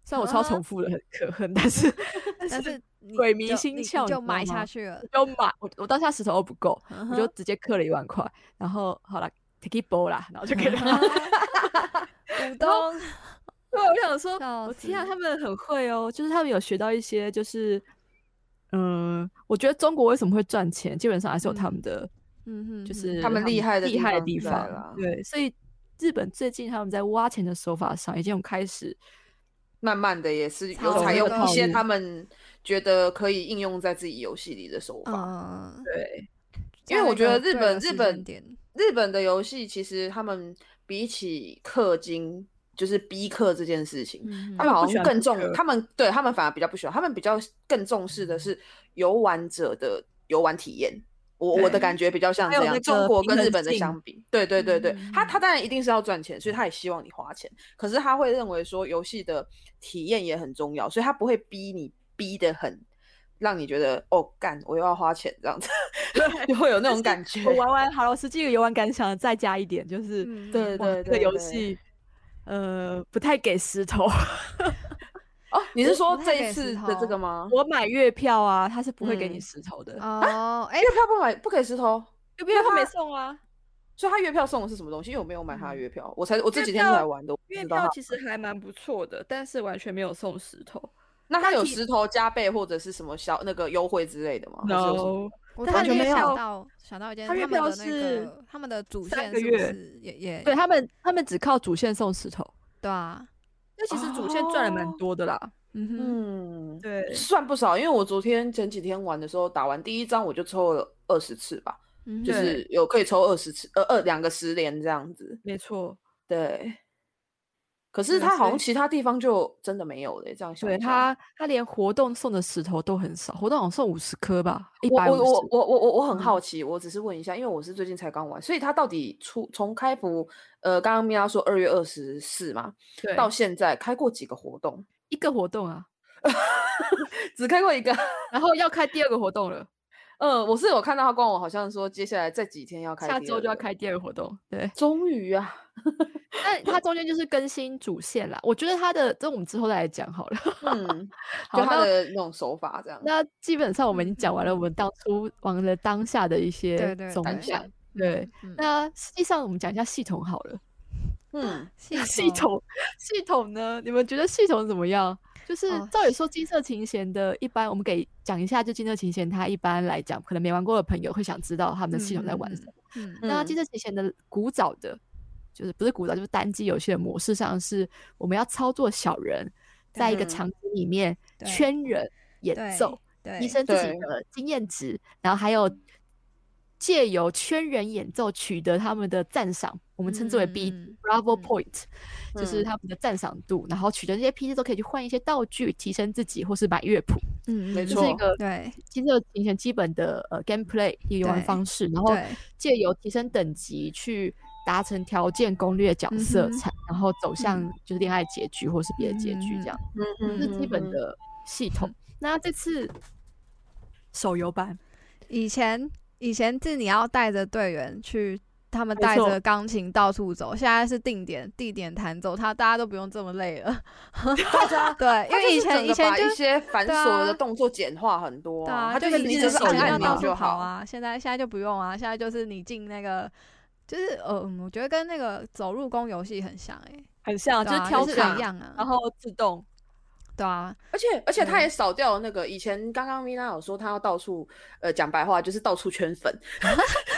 Speaker 3: 虽然我超
Speaker 2: 啊
Speaker 3: 重复的很可恨，但是
Speaker 2: 但是你
Speaker 3: 鬼迷
Speaker 2: 就
Speaker 3: 心
Speaker 2: 你你
Speaker 3: 窍你
Speaker 2: 就
Speaker 3: 知道
Speaker 2: 买下
Speaker 3: 吗
Speaker 2: 去了，
Speaker 3: 我就买，我我当下石头又不够，
Speaker 2: 我
Speaker 3: 我就直接刻了一万块，然后好了，take it ball 啦，然后就给他。
Speaker 2: 嗯股东，
Speaker 3: [LAUGHS] 对，我想说，
Speaker 2: 笑
Speaker 3: 我天啊，
Speaker 2: 死
Speaker 3: 他们很会哦，就是他们有学到一些，就是嗯，我觉得中国为什么会赚钱，基本上还是有他们的，
Speaker 2: 嗯哼，嗯
Speaker 3: 就是
Speaker 4: 他们厉害的
Speaker 3: 厉
Speaker 4: 地
Speaker 3: 害的
Speaker 4: 方
Speaker 3: 地
Speaker 4: 在
Speaker 3: 方
Speaker 4: 啦。
Speaker 3: 对，所以日本最近他们在挖钱的手法上已经有开
Speaker 4: [LAUGHS]
Speaker 3: 始，
Speaker 4: 慢慢的也是
Speaker 2: 操
Speaker 4: 有采用
Speaker 2: 作
Speaker 4: 一些
Speaker 3: 套路
Speaker 4: 他们觉得可以应用在自己游戏里的手法。
Speaker 2: 嗯，
Speaker 3: 对，
Speaker 2: 在
Speaker 4: 因为我
Speaker 2: 那
Speaker 4: 觉
Speaker 2: 个
Speaker 4: 得日
Speaker 2: 对
Speaker 4: 本
Speaker 2: 的
Speaker 4: 日
Speaker 2: 时
Speaker 4: 本
Speaker 2: 间
Speaker 4: [LAUGHS]
Speaker 2: 点
Speaker 4: 日本的游戏其实他们比起氪金，就是逼氪这件事情，
Speaker 2: 嗯
Speaker 4: 他
Speaker 2: 哼
Speaker 4: 们好
Speaker 3: 不喜
Speaker 4: 像
Speaker 3: 欢
Speaker 4: 更
Speaker 3: 逼
Speaker 4: 重，
Speaker 3: 氪
Speaker 4: 他们对他们反而比较不喜欢，他们比较更重视
Speaker 2: 嗯
Speaker 4: 的是游玩者的游玩体验。我我的
Speaker 3: 对
Speaker 4: 感觉比较像
Speaker 3: 还
Speaker 4: 这
Speaker 3: 有
Speaker 4: 样，
Speaker 3: 那
Speaker 4: 中
Speaker 3: 个
Speaker 4: 国
Speaker 3: 平
Speaker 4: 跟日
Speaker 3: 衡
Speaker 4: 本的
Speaker 3: 性
Speaker 4: 相比，对对对对，他
Speaker 2: 嗯
Speaker 4: 他当然一定是要赚钱，所以他也希望你花钱，可是他会认为说游戏的体验也很重要，所以他不会逼你逼得很，让你觉得哦干我又要花钱这样子， [LAUGHS] 就会有那种
Speaker 3: 是
Speaker 4: 感觉。
Speaker 3: 我玩完《好老师》这个游玩感想，再加一点就是，
Speaker 2: 嗯
Speaker 3: 哇这
Speaker 4: 对对
Speaker 3: 个
Speaker 4: 对
Speaker 3: 游
Speaker 4: 对啊
Speaker 3: 戏，呃，不太给石头。
Speaker 4: 哦，你是说
Speaker 2: 不太
Speaker 4: 这
Speaker 2: 给
Speaker 4: 一
Speaker 2: 石
Speaker 4: 次的这
Speaker 2: 头
Speaker 4: 个吗？
Speaker 3: 我买月票啊，他是不会给你
Speaker 4: 嗯
Speaker 3: 石头的，
Speaker 2: 哦，哎
Speaker 4: 月，票不买不给石头，
Speaker 3: 月票他没送啊。
Speaker 4: 所以他月票送的是什么东西？因为我没有买他的月票，我才我
Speaker 3: 嗯
Speaker 4: 这
Speaker 3: 月
Speaker 4: 几天
Speaker 3: 票
Speaker 4: 才玩的，我不
Speaker 3: 月
Speaker 4: 知道
Speaker 3: 票
Speaker 4: 他。
Speaker 3: 其实还蛮不错的，但是完全没有送石头。
Speaker 4: 那他
Speaker 3: 它
Speaker 4: 有
Speaker 3: 其
Speaker 4: 石头加倍或者是什么小那个优惠之类的吗？还是有什么
Speaker 2: 我
Speaker 3: 但
Speaker 2: 突
Speaker 3: 他
Speaker 2: 然
Speaker 3: 月
Speaker 2: 间想
Speaker 3: 票
Speaker 2: 到想到一件，
Speaker 3: 他
Speaker 2: 他
Speaker 3: 月
Speaker 2: 们
Speaker 3: 票
Speaker 2: 的那
Speaker 3: 是
Speaker 2: 个他们的主
Speaker 3: 三
Speaker 2: 线
Speaker 3: 个
Speaker 2: 是不
Speaker 3: 月
Speaker 2: 是也也
Speaker 3: 对他们，他们只靠主线送石头，
Speaker 2: 对啊？
Speaker 3: 那其实主线赚了蛮
Speaker 4: 哦
Speaker 3: 多的啦。嗯哼，
Speaker 4: 嗯，
Speaker 3: 对，
Speaker 4: 算不少，因为我昨天前几天玩的时候，打完第一张我就抽了二十次吧，
Speaker 2: 嗯
Speaker 4: 就
Speaker 3: 对
Speaker 2: 哼
Speaker 4: 是有可以抽二十次，呃二两个十连这样子。
Speaker 3: 没错，
Speaker 4: 对，可
Speaker 3: 对啊
Speaker 4: 是他好
Speaker 3: 所
Speaker 4: 像
Speaker 3: 以
Speaker 4: 其他地方就真的没有嘞，这样想
Speaker 3: 对
Speaker 4: 一下
Speaker 3: 他，他连活动送的石头都很少，活动好像送五十颗吧，一
Speaker 4: 我
Speaker 3: 百五
Speaker 4: 我我
Speaker 3: 十。
Speaker 4: 我我我我很
Speaker 3: 嗯
Speaker 4: 好奇，我只是问一下，因为我是最近才刚玩，所以他到底出从开服，呃，刚刚米娅说二月二十四嘛，
Speaker 3: 对，
Speaker 4: 到现在开过几个活动？ [LAUGHS]
Speaker 3: 一个活动啊，
Speaker 4: 只开过一个。
Speaker 3: 然后要开第二个活动了，
Speaker 4: 嗯，我是有看到他官网好像说接下来这几天要开，
Speaker 3: 下周就要。开第二个活动。对，
Speaker 4: 终
Speaker 3: [LAUGHS]
Speaker 4: 于啊，
Speaker 3: 但它中间就是更新主线啦。我觉得它的，这我们之后再来讲好了。 [LAUGHS]
Speaker 4: 嗯，
Speaker 3: 好
Speaker 4: 就他
Speaker 3: 那
Speaker 4: 的那种手法这样。
Speaker 3: 那基本上我们已经讲完了，
Speaker 2: 嗯
Speaker 3: 我们当初玩的当下的一些
Speaker 2: 对对
Speaker 3: 总
Speaker 2: 当
Speaker 4: 下
Speaker 3: 感。对，
Speaker 2: 嗯
Speaker 3: 那实际上我们讲一下系统好了。 [LAUGHS]
Speaker 4: 嗯，
Speaker 3: 系统系统呢？你们觉得系统怎么样？就是
Speaker 2: 哦
Speaker 3: 照理说，金色琴弦的一般，我们给讲一下，就金色琴弦，它一般来讲，可能没玩过的朋友会想知道他们的系统在玩什么。
Speaker 2: 嗯
Speaker 3: 那金色琴弦的古早的，就是不是古早，就是单机游戏的模式上是，我们要操作小人，在一个
Speaker 4: 嗯
Speaker 3: 场景里面
Speaker 2: 对
Speaker 3: 圈人演奏，
Speaker 2: 对
Speaker 3: 提升自己
Speaker 4: 对
Speaker 3: 的经验值，然后还有借由圈人演奏取得他们的赞赏，我们称之为 B、
Speaker 2: 嗯嗯
Speaker 3: Bravo Point，、就是
Speaker 4: 嗯
Speaker 3: 他们的赞赏度，然后取得这些 PT 都可以去换一些道具，提升自己或是买乐谱，
Speaker 2: 嗯
Speaker 4: 没
Speaker 3: 这
Speaker 4: 错
Speaker 3: 是一个
Speaker 2: 对
Speaker 3: 金色琴弦基本的呃 gameplay 一个游玩
Speaker 2: 对
Speaker 3: 方式，然后
Speaker 2: 对
Speaker 3: 借由提升等级去达成条件攻略角
Speaker 2: 嗯
Speaker 3: 色，
Speaker 2: 哼
Speaker 3: 才然后走向就是恋爱结局或是别的结局这样，
Speaker 4: 嗯
Speaker 3: 这是基本
Speaker 4: 嗯
Speaker 3: 的系统。那这次手游版
Speaker 2: 以前以前是你要带着队员去，他们
Speaker 3: 没
Speaker 2: 带
Speaker 3: 错
Speaker 2: 着钢琴到处走，现在是定点地点弹奏，他大家都不用这么累
Speaker 4: [LAUGHS]
Speaker 2: 了。 [LAUGHS]
Speaker 4: 大家。
Speaker 2: 对，因
Speaker 4: 它就
Speaker 2: 为以
Speaker 4: 是整
Speaker 2: 前以前
Speaker 4: 个把
Speaker 2: 就
Speaker 4: 一些繁
Speaker 2: 对
Speaker 4: 琐的
Speaker 2: 啊
Speaker 4: 动作简化很多
Speaker 2: 对
Speaker 4: 啊，
Speaker 2: 啊，
Speaker 4: 它
Speaker 2: 是
Speaker 4: 是
Speaker 2: 以
Speaker 4: 你
Speaker 2: 前
Speaker 4: 就是是
Speaker 2: 以前
Speaker 4: 按
Speaker 2: 要
Speaker 4: 按
Speaker 2: 到
Speaker 4: 钮
Speaker 2: 处
Speaker 4: 就
Speaker 2: 跑
Speaker 4: 好。
Speaker 2: 啊，现在现在就不用啊，现在就是你进那个。就是呃，嗯我觉得跟那个走路工游戏很像哎、欸，
Speaker 3: 很像，
Speaker 2: 对
Speaker 3: 就
Speaker 2: 啊
Speaker 3: 是挑
Speaker 2: 是
Speaker 3: 选
Speaker 2: 一，样啊，
Speaker 3: 然后自动。
Speaker 2: 对啊，
Speaker 4: 而且而且他
Speaker 2: 嗯
Speaker 4: 也少掉了那个以前刚刚米娜有说他要到处呃讲白话就是到处圈
Speaker 2: [LAUGHS]
Speaker 4: 粉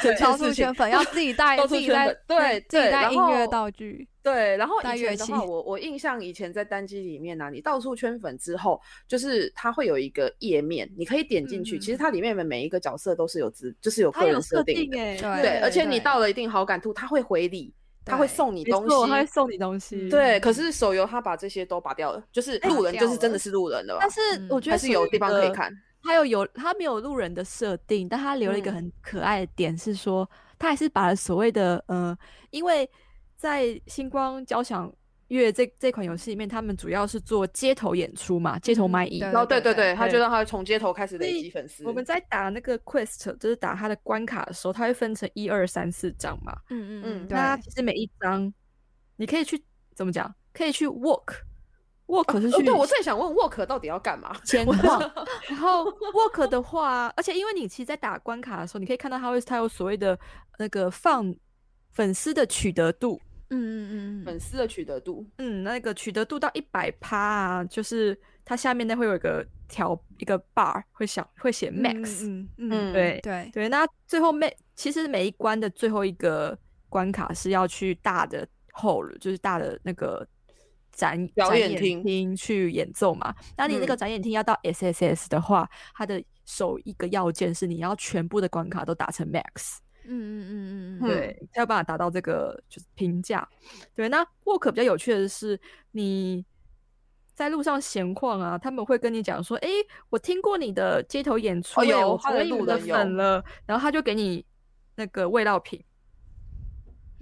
Speaker 4: 这件
Speaker 2: 超
Speaker 4: 事
Speaker 2: 出
Speaker 4: 情
Speaker 2: 圈，粉要自己带
Speaker 4: 到
Speaker 2: 自
Speaker 4: 处
Speaker 2: 己
Speaker 4: 圈
Speaker 2: 带
Speaker 4: 粉对
Speaker 2: 自己
Speaker 4: 对
Speaker 2: 带
Speaker 4: 然
Speaker 2: 音乐
Speaker 4: 后
Speaker 2: 道具，
Speaker 4: [LAUGHS] 对。然后
Speaker 2: 带
Speaker 4: 以
Speaker 2: 乐
Speaker 4: 前的话，
Speaker 2: 器
Speaker 4: 我我印象以前在单机里面呢、啊你到处圈粉之后，就是它会有一个页面，你可以点进去。
Speaker 2: 嗯
Speaker 4: 其实它里面的每一个角色都是有资，就是有
Speaker 3: 它
Speaker 4: 个
Speaker 3: 有
Speaker 4: 人
Speaker 3: 设
Speaker 4: 设
Speaker 3: 定
Speaker 4: 定的，
Speaker 3: 哎、
Speaker 2: 对
Speaker 4: 对。而啊且
Speaker 2: 对
Speaker 4: 你到了一定好感度，它会回礼，它会
Speaker 2: 对
Speaker 4: 送你
Speaker 3: 没
Speaker 4: 东
Speaker 3: 错，它会
Speaker 4: 西。
Speaker 3: 送你东西。
Speaker 4: 对，啊
Speaker 2: 嗯
Speaker 4: 可是手游它把这些都拔掉了，就是
Speaker 3: 哎
Speaker 4: 路
Speaker 2: 拔
Speaker 4: 人就
Speaker 2: 掉
Speaker 4: 是真
Speaker 2: 了
Speaker 4: 的是路人了吧，
Speaker 3: 但是
Speaker 2: 嗯
Speaker 3: 我觉得
Speaker 4: 还是有地方可以，看。
Speaker 3: 它有有它没有路人的设定，但它留了一个
Speaker 4: 嗯
Speaker 3: 很可爱的点是说，它还是把所谓的呃，因为在星光交响乐这这款游戏里面，他们主要是做街头演出嘛，街头
Speaker 2: 嗯
Speaker 3: 卖艺。
Speaker 2: 对
Speaker 4: 然后对
Speaker 2: 对
Speaker 4: 对对，他
Speaker 3: 对
Speaker 4: 就让他从街头开始累
Speaker 3: 所以
Speaker 4: 积粉丝。
Speaker 3: 我们在打那个 quest，就是打它的关卡的时候，它会分成一二三四章嘛。
Speaker 2: 嗯
Speaker 4: 嗯
Speaker 2: 对，
Speaker 3: 那其实每一章，你可以去怎么讲？可以去 walk。walk 是
Speaker 4: 哦
Speaker 3: 去、
Speaker 4: 对我正想问沃克到底要干
Speaker 3: [LAUGHS]
Speaker 4: 嘛？
Speaker 3: 前往，然后 work 的话，而且因为你其实，在打关卡的时候，你可以看到它会它有所谓的那个放粉丝的取得度，
Speaker 2: 嗯嗯嗯嗯
Speaker 4: 粉丝的取得度，
Speaker 3: 嗯，那个取得度到一百趴啊，就是它下面那会有一个条一个 bar 会想会写
Speaker 2: 嗯
Speaker 3: max，、
Speaker 2: 嗯嗯嗯，
Speaker 3: 对
Speaker 2: 对，
Speaker 3: 对，那最后每其实每一关的最后一个关卡是要去大的 hole，就是大的那个展
Speaker 4: 表
Speaker 3: 展
Speaker 4: 演
Speaker 3: 厅
Speaker 4: 厅
Speaker 3: 去演奏嘛。那你那个
Speaker 4: 嗯
Speaker 3: 展演厅要到 SSS 的话，它的首一个要件是你要全部的关卡都打成 max。
Speaker 2: 嗯嗯嗯嗯嗯，
Speaker 3: 对，才有办法达到这个就是评价。对，那 walk 比较有趣的是，你在路上闲逛啊，他们会跟你讲说：“诶，我听过你的街头演出、欸，
Speaker 4: 哦有
Speaker 3: 我
Speaker 4: 他
Speaker 3: 成
Speaker 4: 的
Speaker 3: 为你们
Speaker 4: 路
Speaker 3: 的
Speaker 4: 人有
Speaker 3: 粉了。”然后他就给你那个味道品。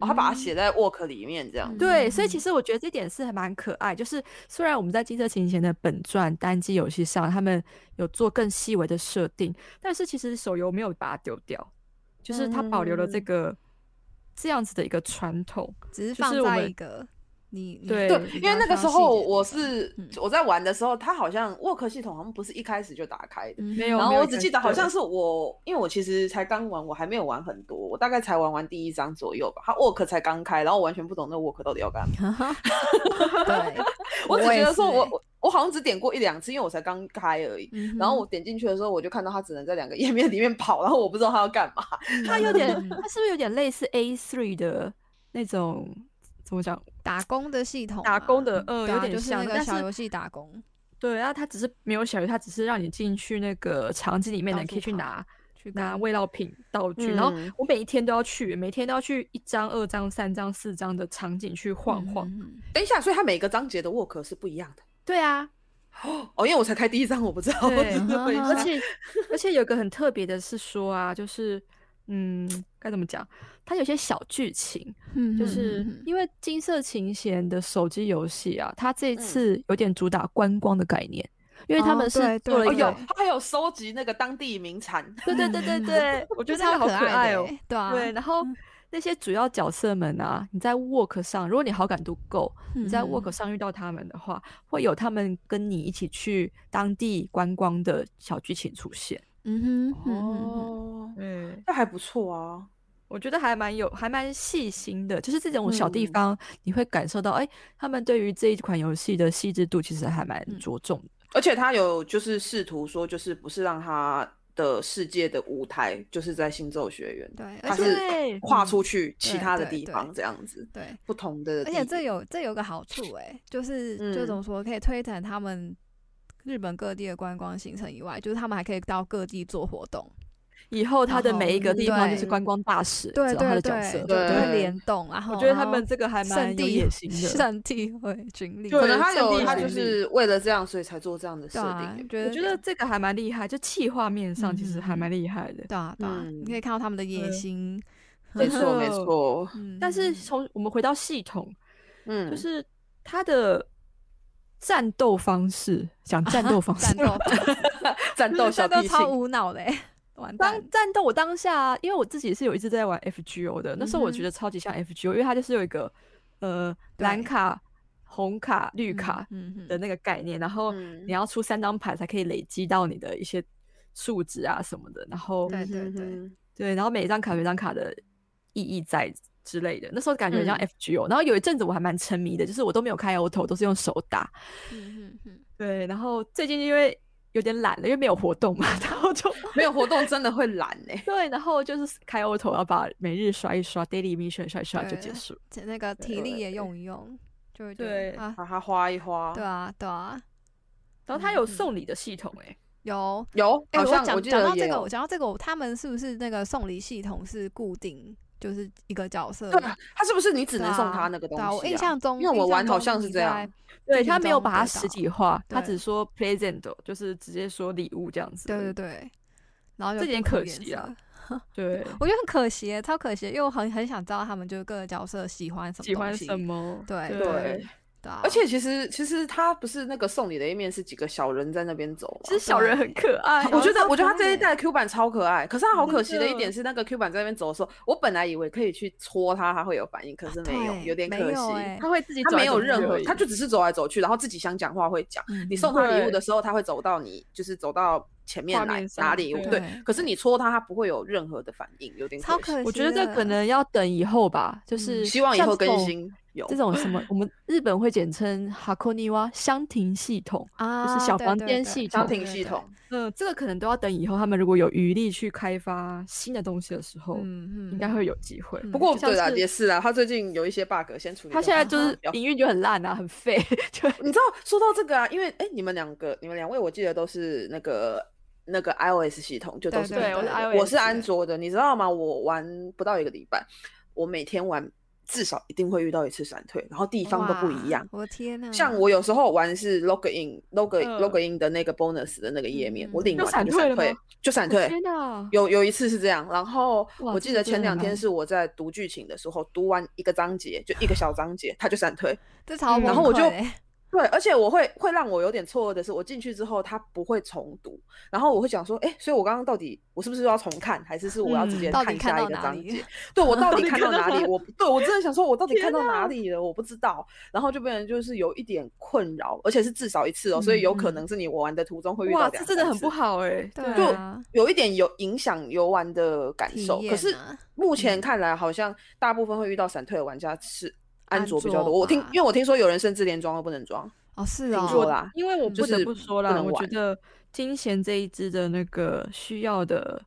Speaker 4: 哦，他把
Speaker 3: 嗯
Speaker 4: 它写在 work 里面这样。
Speaker 3: 对，所以其
Speaker 2: 嗯
Speaker 3: 实我觉得这点是还蛮可爱。就是虽然我们在金色琴弦的本传单机游戏上，他们有做更细微的设定，但是其实手游没有把它丢掉，就是它保留了这
Speaker 4: 嗯
Speaker 3: 个、这样子的一个传统。
Speaker 2: 只是
Speaker 3: 就
Speaker 2: 放
Speaker 3: 是我
Speaker 2: 在
Speaker 3: 们
Speaker 2: 一个你你
Speaker 3: 对
Speaker 4: 对
Speaker 2: 你，
Speaker 4: 因为
Speaker 2: 要
Speaker 4: 那个
Speaker 2: 挑细
Speaker 4: 时候
Speaker 2: 节的
Speaker 4: 我
Speaker 2: 地方
Speaker 4: 是
Speaker 2: 嗯
Speaker 4: 我在玩的时候，它好像 work 系统好像不是一开始就打开的，
Speaker 2: 嗯
Speaker 3: 没有
Speaker 4: 然后
Speaker 3: 一
Speaker 4: 我只
Speaker 3: 开
Speaker 4: 记得
Speaker 3: 始
Speaker 4: 好像
Speaker 3: 对
Speaker 4: 是我，因为我其实才刚玩，我还没有玩很多，我大概才玩完第一章左右吧。它 work 才刚开，然后我完全不懂那 work 到底要干嘛。
Speaker 2: 对，
Speaker 4: [LAUGHS] 我只
Speaker 2: 我也
Speaker 4: 觉得说
Speaker 2: 是
Speaker 4: 我
Speaker 2: 欸
Speaker 4: 我我好像只点过一两次，因为我才刚开而已。
Speaker 2: 嗯
Speaker 4: 然后我
Speaker 2: 哼
Speaker 4: 点进去的时候，我就看到它只能在两个页面里面跑，然后我不知道它要干嘛。
Speaker 3: 它有 [LAUGHS] 点，
Speaker 2: 嗯嗯嗯
Speaker 3: 它是不是有点类似 A three 的那种？怎么讲？
Speaker 2: 打工的系统
Speaker 3: 打
Speaker 2: 嘛，
Speaker 3: 工的呃
Speaker 2: 对
Speaker 3: 有
Speaker 2: 啊
Speaker 3: 点
Speaker 2: 就是
Speaker 3: 像
Speaker 2: 那个
Speaker 3: 但
Speaker 2: 小
Speaker 3: 是
Speaker 2: 游戏打工，
Speaker 3: 对啊，它只是没有小于，它只是让你进去那个场景里面，
Speaker 2: 到
Speaker 3: 你可
Speaker 2: 处
Speaker 3: 以去
Speaker 2: 跑
Speaker 3: 拿
Speaker 2: 去
Speaker 3: 拿
Speaker 2: 干
Speaker 3: 味道品道具。然后
Speaker 4: 嗯
Speaker 3: 我每一天都要去，每天都要去一张、二张、三张、四张的场景去晃晃。
Speaker 2: 嗯嗯嗯
Speaker 4: 等一下，所以它每个章节的 work 是不一样的。
Speaker 3: 对啊，
Speaker 4: 哦，因为我才开第一章，我不知道。我
Speaker 3: 对
Speaker 4: 只是问一
Speaker 3: 嗯而
Speaker 4: 下
Speaker 3: 且而且有个很特别的是说啊，就是嗯，该怎么讲？它有些小剧情，
Speaker 2: 嗯
Speaker 3: 就
Speaker 2: 嗯
Speaker 3: 是
Speaker 2: 嗯嗯
Speaker 3: 因为金色琴弦的手机游戏啊，它这
Speaker 4: 嗯
Speaker 3: 次有点主打观光的概念，因为他
Speaker 2: 哦嗯
Speaker 3: 们是
Speaker 2: 对
Speaker 3: 做了
Speaker 2: 对
Speaker 4: [LAUGHS] 哦，
Speaker 3: 一个
Speaker 4: 有，它还有收集那个当地名产。
Speaker 3: 对对对对对，我觉
Speaker 2: 这
Speaker 3: 得
Speaker 2: 超
Speaker 3: 那个好
Speaker 2: 可
Speaker 3: 可爱
Speaker 2: 的
Speaker 3: 哦。
Speaker 2: 欸，对啊，
Speaker 3: 对，然后那些主要角色们啊，你在 Work 上，如果你好感度够，你在
Speaker 2: 嗯嗯
Speaker 3: Work 上遇到他们的话，会有他们跟你一起去当地观光的小剧情出现。
Speaker 2: 嗯哼，嗯嗯嗯
Speaker 4: 哦，
Speaker 3: 对，
Speaker 4: 那还不错啊。
Speaker 3: 我觉得还蛮有，还蛮细心的，就是这种小地
Speaker 4: 嗯
Speaker 3: 方，你会感受到，哎、他们对于这一款游戏的细致度其实还蛮
Speaker 2: 嗯
Speaker 3: 着重的。
Speaker 4: 而且他有就是试图说，就是不是让他的世界的舞台就是在新奏学院，
Speaker 2: 对，而
Speaker 4: 他
Speaker 2: 且
Speaker 4: 是
Speaker 3: 对
Speaker 4: 跨出去其
Speaker 2: 对
Speaker 4: 他的
Speaker 2: 对
Speaker 4: 地
Speaker 2: 对
Speaker 4: 方这样子，
Speaker 3: 呃
Speaker 2: 对，
Speaker 4: 不同的
Speaker 2: 而且
Speaker 4: 地点。
Speaker 2: 这有这有个好处哎、就是就怎
Speaker 4: 嗯
Speaker 2: 么说，可以推展他们日本各地的观光行程以外，就是他们还可以到各地做活动，
Speaker 3: 以后他
Speaker 2: 然
Speaker 3: 的
Speaker 2: 后
Speaker 3: 每一个地方就是
Speaker 2: 哦对
Speaker 3: 观光大使，
Speaker 2: 对
Speaker 3: 知道他
Speaker 2: 对
Speaker 3: 的角色
Speaker 2: 对，。就就会
Speaker 4: 对
Speaker 2: 联动，然后
Speaker 3: 我觉得他
Speaker 2: 然后
Speaker 3: 们这个还蛮
Speaker 2: 圣
Speaker 3: 有
Speaker 2: 地
Speaker 3: 野心的。
Speaker 2: 圣地会巡礼，
Speaker 3: [LAUGHS] 对
Speaker 4: 可能他
Speaker 3: 圣
Speaker 4: 有
Speaker 3: 地
Speaker 4: 他
Speaker 3: 巡
Speaker 4: 就
Speaker 3: 礼
Speaker 4: 是为了这样，所以才做这样的设
Speaker 2: 对啊，
Speaker 4: 定。欸
Speaker 2: 觉
Speaker 3: 我
Speaker 2: 得
Speaker 3: 觉得这个还蛮厉害，就气画面上其实
Speaker 2: 嗯
Speaker 3: 还
Speaker 2: 嗯嗯
Speaker 3: 蛮厉害的。
Speaker 2: 对啊对啊，你可以看到他们的野
Speaker 3: 嗯对
Speaker 2: 心，
Speaker 4: 没错
Speaker 2: [LAUGHS]
Speaker 4: 没
Speaker 3: 嗯
Speaker 4: [LAUGHS] 错，
Speaker 2: 嗯，
Speaker 3: 但是
Speaker 2: 嗯
Speaker 3: 从我们回到系统，
Speaker 4: 嗯，
Speaker 3: 就是它的战斗方式，讲战斗方式
Speaker 2: 战，斗
Speaker 4: 战
Speaker 2: 就
Speaker 4: 斗
Speaker 2: 是
Speaker 4: 小
Speaker 2: 战斗
Speaker 4: 提
Speaker 2: 超
Speaker 4: 琴
Speaker 2: 无脑的、欸，完蛋
Speaker 3: 当，战斗，我当下啊因为我自己是有一直在玩 FGO 的，那时候我
Speaker 2: 嗯哼
Speaker 3: 觉得超级像 FGO，因为它就是有一个呃
Speaker 2: 对
Speaker 3: 蓝卡、红卡、绿
Speaker 2: 嗯
Speaker 3: 卡
Speaker 2: 嗯嗯
Speaker 3: 的那个概念，然后
Speaker 4: 嗯
Speaker 3: 你要出三张牌才可以累积到你的一些数值啊什么的，然后
Speaker 2: 对对
Speaker 4: 嗯
Speaker 2: 对
Speaker 4: 哼
Speaker 3: 对，然后每一张卡、每一张卡的意义在之类的。那时候感觉很像
Speaker 4: 嗯
Speaker 3: FGO，、然后有一阵子我还蛮沉迷的，就是我都没有开 auto，都是用手打。
Speaker 2: 嗯嗯嗯，
Speaker 3: 对，然后最近因为有点懒了，因为没有活动嘛， [LAUGHS] 然后就
Speaker 4: 没有活动真的会懒哎、
Speaker 3: 对，然后就是开 auto 要把每日刷一刷，daily mission 刷一刷就
Speaker 2: 对
Speaker 3: 结束。
Speaker 2: 这那个体力也用一用，就会觉
Speaker 3: 对
Speaker 2: 得啊，
Speaker 4: 把它花一花。
Speaker 2: 对啊对啊，
Speaker 3: 然后它有
Speaker 2: 嗯嗯
Speaker 3: 送礼的系统、欸，
Speaker 2: 有
Speaker 4: [LAUGHS] 有，
Speaker 2: 哎、
Speaker 4: 好
Speaker 2: 我
Speaker 4: 像
Speaker 2: 讲
Speaker 4: 记
Speaker 2: 讲
Speaker 4: 得
Speaker 2: 到
Speaker 4: 也
Speaker 2: 这个，
Speaker 4: 有
Speaker 2: 我讲到这个，我他们是不是那个送礼系统是固定，就是一个角
Speaker 4: [LAUGHS]
Speaker 2: 色？
Speaker 4: 对啊，他是不是你只
Speaker 2: 对
Speaker 4: 能送他
Speaker 2: 啊
Speaker 4: 那个东
Speaker 2: 对
Speaker 4: 西、
Speaker 2: 啊我印象中，
Speaker 4: 因为我
Speaker 2: 印
Speaker 4: 玩
Speaker 2: 象
Speaker 4: 好
Speaker 2: 中
Speaker 4: 像是
Speaker 2: 你
Speaker 4: 这样
Speaker 2: 在
Speaker 3: 对，
Speaker 2: 剧情
Speaker 3: 它没有
Speaker 2: 中
Speaker 3: 把它
Speaker 2: 得
Speaker 3: 实
Speaker 2: 到
Speaker 3: 体化，它
Speaker 2: 对
Speaker 3: 只说 present，就是直接说礼物这样子而
Speaker 2: 对对
Speaker 3: 已。
Speaker 2: 对，然后就
Speaker 3: 这点
Speaker 2: 不
Speaker 3: 可
Speaker 2: 出颜
Speaker 3: 惜啊
Speaker 2: 色
Speaker 3: 对
Speaker 2: 我觉得很可惜耶，超可惜，因为我很很想知道他们就是各个角色喜欢什么，
Speaker 3: 喜欢什，么？
Speaker 2: 对
Speaker 3: 对
Speaker 4: 对，
Speaker 2: 对啊，
Speaker 4: 而且其实其实他不是那个送礼的一面是几个小人在那边走
Speaker 3: 其
Speaker 4: 吗
Speaker 3: 实？小人很可爱，啊
Speaker 4: 我觉
Speaker 2: 超
Speaker 4: 得我觉得他
Speaker 2: 可
Speaker 4: 这
Speaker 2: 爱
Speaker 4: 一代的 Q 版超可爱，可是他好可惜的一
Speaker 3: 真的
Speaker 4: 点是那个 Q 版在那边走的时候，我本来以为可以去戳他，他会有反应，可是没有，
Speaker 2: 啊对
Speaker 4: 有点
Speaker 2: 没有
Speaker 4: 可惜
Speaker 2: 欸。
Speaker 3: 他会自己
Speaker 4: 他
Speaker 3: 走来
Speaker 4: 没有
Speaker 3: 走去
Speaker 4: 任何
Speaker 3: 而，已
Speaker 4: 他就只是走来走去，然后自己想讲话会讲。
Speaker 2: 嗯
Speaker 4: 你
Speaker 2: 嗯
Speaker 4: 送他礼物
Speaker 3: 对
Speaker 4: 的时候，他会走到你，就是走到前面
Speaker 3: 画
Speaker 4: 来
Speaker 3: 面上
Speaker 4: 拿礼物。
Speaker 3: 对
Speaker 4: 对，可是你戳他，他不会有任何的反应，有点
Speaker 2: 超可惜，
Speaker 3: 我觉得这可能要等以后吧，就
Speaker 2: 嗯
Speaker 3: 是
Speaker 4: 希望以
Speaker 3: 像
Speaker 4: 后
Speaker 3: 这
Speaker 4: 更
Speaker 3: 种
Speaker 4: 新。
Speaker 6: 有
Speaker 3: 这种什么，我们日本会简称哈库尼哇箱庭系统。
Speaker 2: 啊，
Speaker 3: 是小
Speaker 2: 对
Speaker 3: 房
Speaker 2: 对对
Speaker 3: 间系
Speaker 4: 商
Speaker 3: 统
Speaker 4: 品系统，
Speaker 3: 嗯、这个可能都要等以后他们如果有余力去开发新的东西的时候，
Speaker 2: 嗯
Speaker 3: 应该会有机会。
Speaker 2: 嗯
Speaker 4: 不过
Speaker 3: 就像
Speaker 4: 对啦，
Speaker 3: 是
Speaker 4: 也是啦，他最近有一些 bug 先处理掉。
Speaker 3: 他现在就
Speaker 4: 然后
Speaker 3: 是
Speaker 4: [LAUGHS] 不要
Speaker 3: 营运就很烂啊，很废。就
Speaker 4: 你知道，说到这个啊，因为哎，你们两个，你们两位，我记得都是那个那个 iOS 系统，就都
Speaker 2: 对
Speaker 4: 是
Speaker 2: 对
Speaker 4: 苹
Speaker 2: 对
Speaker 4: 果的
Speaker 3: 我是
Speaker 4: 我是
Speaker 3: iOS
Speaker 4: 安
Speaker 3: 的
Speaker 4: 卓的，你知道吗？我玩不到一个礼拜，我每天玩至少一定会遇到一次闪退，然后地方都不一样
Speaker 2: 哇。我的天呐，
Speaker 4: 像我有时候玩是 log in log in、
Speaker 3: 嗯
Speaker 4: log in 的那个 bonus 的那个页面，
Speaker 2: 嗯
Speaker 4: 我
Speaker 2: 嗯
Speaker 4: 领
Speaker 3: 就
Speaker 4: 完
Speaker 3: 闪
Speaker 4: 就
Speaker 3: 退
Speaker 4: 闪
Speaker 3: 了
Speaker 4: 退
Speaker 3: 吗，
Speaker 4: 就闪退。
Speaker 3: 天哪！
Speaker 4: 有有一次是这样，然后
Speaker 3: 哇
Speaker 4: 我
Speaker 3: 这
Speaker 4: 记
Speaker 3: 个真的
Speaker 4: 得前两
Speaker 3: 很
Speaker 4: 天
Speaker 3: 难
Speaker 4: 是我在读剧情的时候，读完一个章节，就一个小章节，它就闪退。
Speaker 2: 这超
Speaker 3: 嗯
Speaker 2: 崩
Speaker 3: 然后
Speaker 4: 我就
Speaker 2: 溃欸
Speaker 4: 对，而且我会会让我有点错愕的是，我进去之后它不会重读，然后我会想说，哎、所以我刚刚到底我是不是又要重看，还是是我要直
Speaker 3: 嗯
Speaker 4: 接
Speaker 2: 到底
Speaker 4: 看
Speaker 2: 看
Speaker 4: 下一
Speaker 2: 到
Speaker 4: 个
Speaker 2: 哪
Speaker 4: 章
Speaker 2: 里
Speaker 4: 节？对我到
Speaker 3: 到
Speaker 4: 底
Speaker 3: 底
Speaker 4: 看
Speaker 3: 看
Speaker 4: 到
Speaker 3: 到
Speaker 4: 哪
Speaker 3: 哪
Speaker 4: 里？
Speaker 3: 里
Speaker 4: 我对我真的想说，我到底看到哪里了？我不知道，然后就变成就是有一点困扰，而且是至少一次哦，所以有可
Speaker 3: 嗯嗯
Speaker 4: 能是你玩的途中会遇
Speaker 3: [LAUGHS] 哇，
Speaker 4: 到
Speaker 3: 这
Speaker 4: 两
Speaker 3: 真的
Speaker 4: 三
Speaker 3: 很不
Speaker 4: 次
Speaker 3: 好哎、
Speaker 2: 对
Speaker 4: 就
Speaker 2: 啊，
Speaker 4: 有一点有影响游玩的感
Speaker 2: 体
Speaker 4: 受。可
Speaker 2: 验
Speaker 4: 是
Speaker 2: 啊
Speaker 4: 目前看来，好像大部分会遇到闪退的玩家是安
Speaker 2: 安
Speaker 4: 卓比较
Speaker 2: 卓
Speaker 4: 多。我听
Speaker 2: 吧，
Speaker 4: 因为我听说有人甚至连装都不能装。
Speaker 2: 哦是
Speaker 4: 听
Speaker 3: 啊
Speaker 2: 哦，
Speaker 4: 说啦
Speaker 3: 因为我不
Speaker 4: 就是
Speaker 3: 得不说
Speaker 4: 不
Speaker 3: 啦，
Speaker 4: 能
Speaker 3: 我觉
Speaker 4: 玩
Speaker 3: 得金贤这一支的那个需要的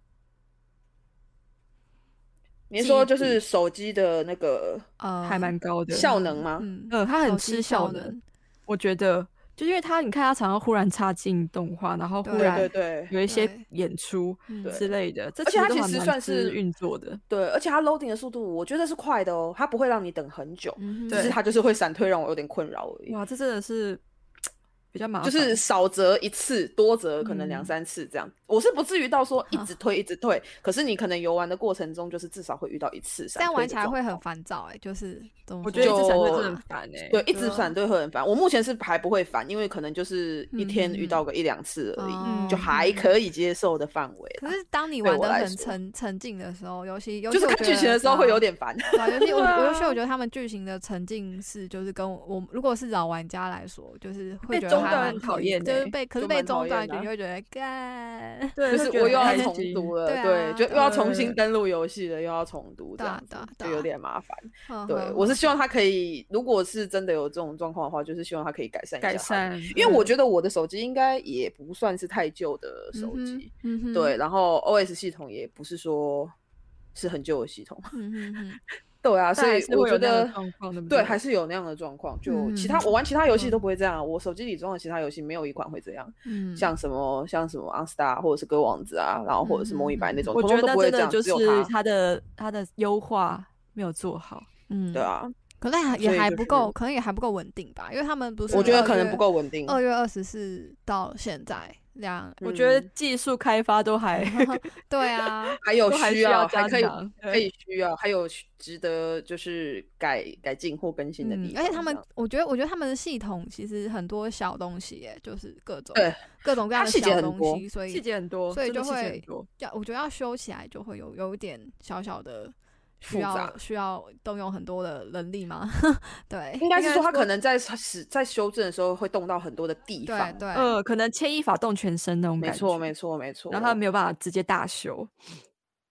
Speaker 4: 你是说
Speaker 3: 记
Speaker 4: 就
Speaker 3: 忆体
Speaker 4: 是手机的那个
Speaker 2: 呃
Speaker 3: 还蛮高的，
Speaker 4: 效能吗？
Speaker 2: 嗯
Speaker 3: 嗯，它很
Speaker 2: 手机
Speaker 3: 吃效能，
Speaker 2: 能，
Speaker 3: 我觉得，就因为它你看它常常忽然插进动画，然后忽
Speaker 2: 对啊
Speaker 3: 然
Speaker 4: 对对对，
Speaker 3: 有一些
Speaker 2: 对
Speaker 3: 演出
Speaker 2: 嗯
Speaker 4: 对
Speaker 3: 之类的，这
Speaker 4: 而且它
Speaker 3: 都
Speaker 4: 其
Speaker 3: 还
Speaker 4: 实
Speaker 3: 蛮
Speaker 4: 算
Speaker 3: 吃
Speaker 4: 是
Speaker 3: 运作的，
Speaker 4: 对，而且它 loading 的速度我觉得是快的哦，它不会让你等很久，
Speaker 2: 嗯哼
Speaker 4: 只是
Speaker 3: 对
Speaker 4: 它就是会闪退，让我有点困扰而已。
Speaker 3: 哇，这真的是比较麻
Speaker 4: 就
Speaker 3: 烦，
Speaker 4: 是少则一次，多则可能两
Speaker 3: 嗯
Speaker 4: 三次这样。我是不至于到说一
Speaker 2: 嗯
Speaker 4: 直退一直退，可是你可能游玩的过程中，就是至少会遇到一次
Speaker 2: 这
Speaker 4: 闪
Speaker 2: 样
Speaker 4: 退
Speaker 2: 玩
Speaker 4: 的
Speaker 2: 起来
Speaker 4: 状
Speaker 2: 会
Speaker 4: 况
Speaker 2: 很烦躁哎，就是怎么
Speaker 3: 我觉
Speaker 2: 说
Speaker 3: 得一直闪退
Speaker 4: 就
Speaker 3: 真的很烦哎、
Speaker 4: 对，一直
Speaker 2: 对啊
Speaker 4: 闪退会很烦。我目前是还不会烦，因为可能就是一天遇
Speaker 2: 嗯
Speaker 4: 到个一两次而已，
Speaker 2: 哦
Speaker 4: 就还可以接受的范围啦。
Speaker 2: 可是当你
Speaker 4: 对
Speaker 2: 玩
Speaker 4: 我
Speaker 2: 的
Speaker 4: 来
Speaker 2: 很
Speaker 4: 说
Speaker 2: 沉沉浸的时候，尤
Speaker 4: [LAUGHS]
Speaker 2: 其尤
Speaker 4: 就
Speaker 2: 其
Speaker 4: 是
Speaker 2: 我
Speaker 4: 看
Speaker 2: 觉
Speaker 4: 剧情
Speaker 2: 得
Speaker 4: 的时候会
Speaker 2: 对啊
Speaker 4: 有
Speaker 2: [LAUGHS]
Speaker 4: 点烦。
Speaker 2: 对啊，尤
Speaker 4: [LAUGHS]
Speaker 2: 其我，我
Speaker 3: 对啊
Speaker 2: 尤其我觉得他们剧情的沉浸式，就是跟我我如果是老玩家来说，就是会
Speaker 3: 被
Speaker 2: 觉得
Speaker 3: 中
Speaker 2: 还
Speaker 3: 断
Speaker 2: 蛮
Speaker 3: 很
Speaker 2: 可
Speaker 3: 讨
Speaker 2: 以
Speaker 3: 厌
Speaker 2: 就是
Speaker 3: 欸
Speaker 2: 被可是
Speaker 4: 就
Speaker 2: 被
Speaker 4: 蛮讨
Speaker 2: 中断
Speaker 4: 厌
Speaker 2: 一
Speaker 4: 的
Speaker 2: 句，
Speaker 4: 啊
Speaker 2: 你会觉得干
Speaker 3: 对，
Speaker 4: 就是
Speaker 3: 会觉
Speaker 4: 我又
Speaker 3: 得
Speaker 4: 要
Speaker 3: 很
Speaker 4: 重
Speaker 3: 急
Speaker 4: 读了，
Speaker 2: 对啊
Speaker 4: 就又要重新
Speaker 3: 对
Speaker 4: 登录游戏了，又要重读，这
Speaker 2: 对啊
Speaker 4: 样子
Speaker 2: 对啊
Speaker 4: 就
Speaker 2: 对
Speaker 4: 有
Speaker 2: 啊嗯
Speaker 4: 点麻烦。
Speaker 2: 呵呵
Speaker 4: [LAUGHS] 对，
Speaker 2: 呵
Speaker 4: 我是希望他可以，如果是真的有这种状况的话，就是希望他可以改善一下。
Speaker 3: 改，善，
Speaker 4: 因为我
Speaker 3: 嗯
Speaker 4: 觉得我的手机应该也不算是太旧的手机，，
Speaker 2: 嗯哼
Speaker 4: 对，，然后 OS 系统也不是说是很旧的系统， [LAUGHS]
Speaker 2: 嗯哼嗯哼哼，
Speaker 4: 对啊，
Speaker 3: 但
Speaker 4: 所
Speaker 3: 还
Speaker 4: 以
Speaker 3: 是
Speaker 4: 我
Speaker 3: 会有
Speaker 4: 觉
Speaker 3: 那样的
Speaker 4: 得
Speaker 3: 状况对不
Speaker 4: 对
Speaker 3: 对
Speaker 4: 还是有那样的状况。就其他
Speaker 2: 嗯
Speaker 4: 我玩其他游戏都不会这样啊，我手机里装的其他游戏没有一款会这样。
Speaker 2: 嗯，
Speaker 4: 像什么像什么 OnStar 或者是歌王子啊，然后或者是
Speaker 2: 嗯嗯
Speaker 4: 魔女白那种，
Speaker 3: 我
Speaker 4: 通
Speaker 3: 觉得
Speaker 4: 通都
Speaker 3: 那
Speaker 4: 不会
Speaker 3: 真
Speaker 4: 这
Speaker 3: 的
Speaker 4: 样，
Speaker 3: 就
Speaker 4: 只有
Speaker 3: 是
Speaker 4: 他，
Speaker 3: 它的它的优化没有做好，
Speaker 2: 嗯，
Speaker 4: 对，啊，
Speaker 2: 可能还
Speaker 4: 所以
Speaker 2: 也还
Speaker 4: 就
Speaker 2: 不
Speaker 4: 是
Speaker 2: 够，可能也还不够稳定吧，因为他们不是
Speaker 4: 我觉得
Speaker 2: 2
Speaker 4: 可能
Speaker 2: 月
Speaker 4: 不够稳定。
Speaker 3: 呃
Speaker 2: 二月二十四到现在两，
Speaker 3: 我觉得
Speaker 4: 嗯
Speaker 3: 技术开发都
Speaker 4: [LAUGHS]
Speaker 3: 还
Speaker 2: 对啊，
Speaker 4: 还有
Speaker 3: 都还
Speaker 4: 需
Speaker 3: 需要
Speaker 4: 还
Speaker 3: 加
Speaker 4: 可以
Speaker 3: 强
Speaker 4: 可
Speaker 3: 对
Speaker 4: 以需要，还有需值得就是改改进或更 [LAUGHS] 新的地
Speaker 2: 嗯，
Speaker 4: 方。
Speaker 2: 而且他们
Speaker 4: 这样，
Speaker 2: 我觉得，我觉得他们的系统其实很多小东西耶，就是各种
Speaker 4: 对
Speaker 2: 各种各样
Speaker 4: 它
Speaker 2: 的
Speaker 4: 细节
Speaker 2: 小
Speaker 4: 很
Speaker 2: 东
Speaker 4: 多
Speaker 2: 西，所以
Speaker 3: 细节很多，
Speaker 2: 所以
Speaker 3: 真的
Speaker 2: 就
Speaker 3: 细节
Speaker 2: 会
Speaker 3: 很多
Speaker 2: 要我觉得要修起来就会有有一点小小的需
Speaker 4: 复杂
Speaker 2: 要需要动用很多的人力吗？ [LAUGHS] 对
Speaker 4: 应该是说他可能在使在修正的时候会动到很多的地
Speaker 2: 对
Speaker 4: 方。
Speaker 2: 对，
Speaker 3: 呃，可能牵一发动全身那种
Speaker 4: 没
Speaker 3: 感觉，
Speaker 4: 错，没错，没错。
Speaker 3: 然后他没有办法直接大修。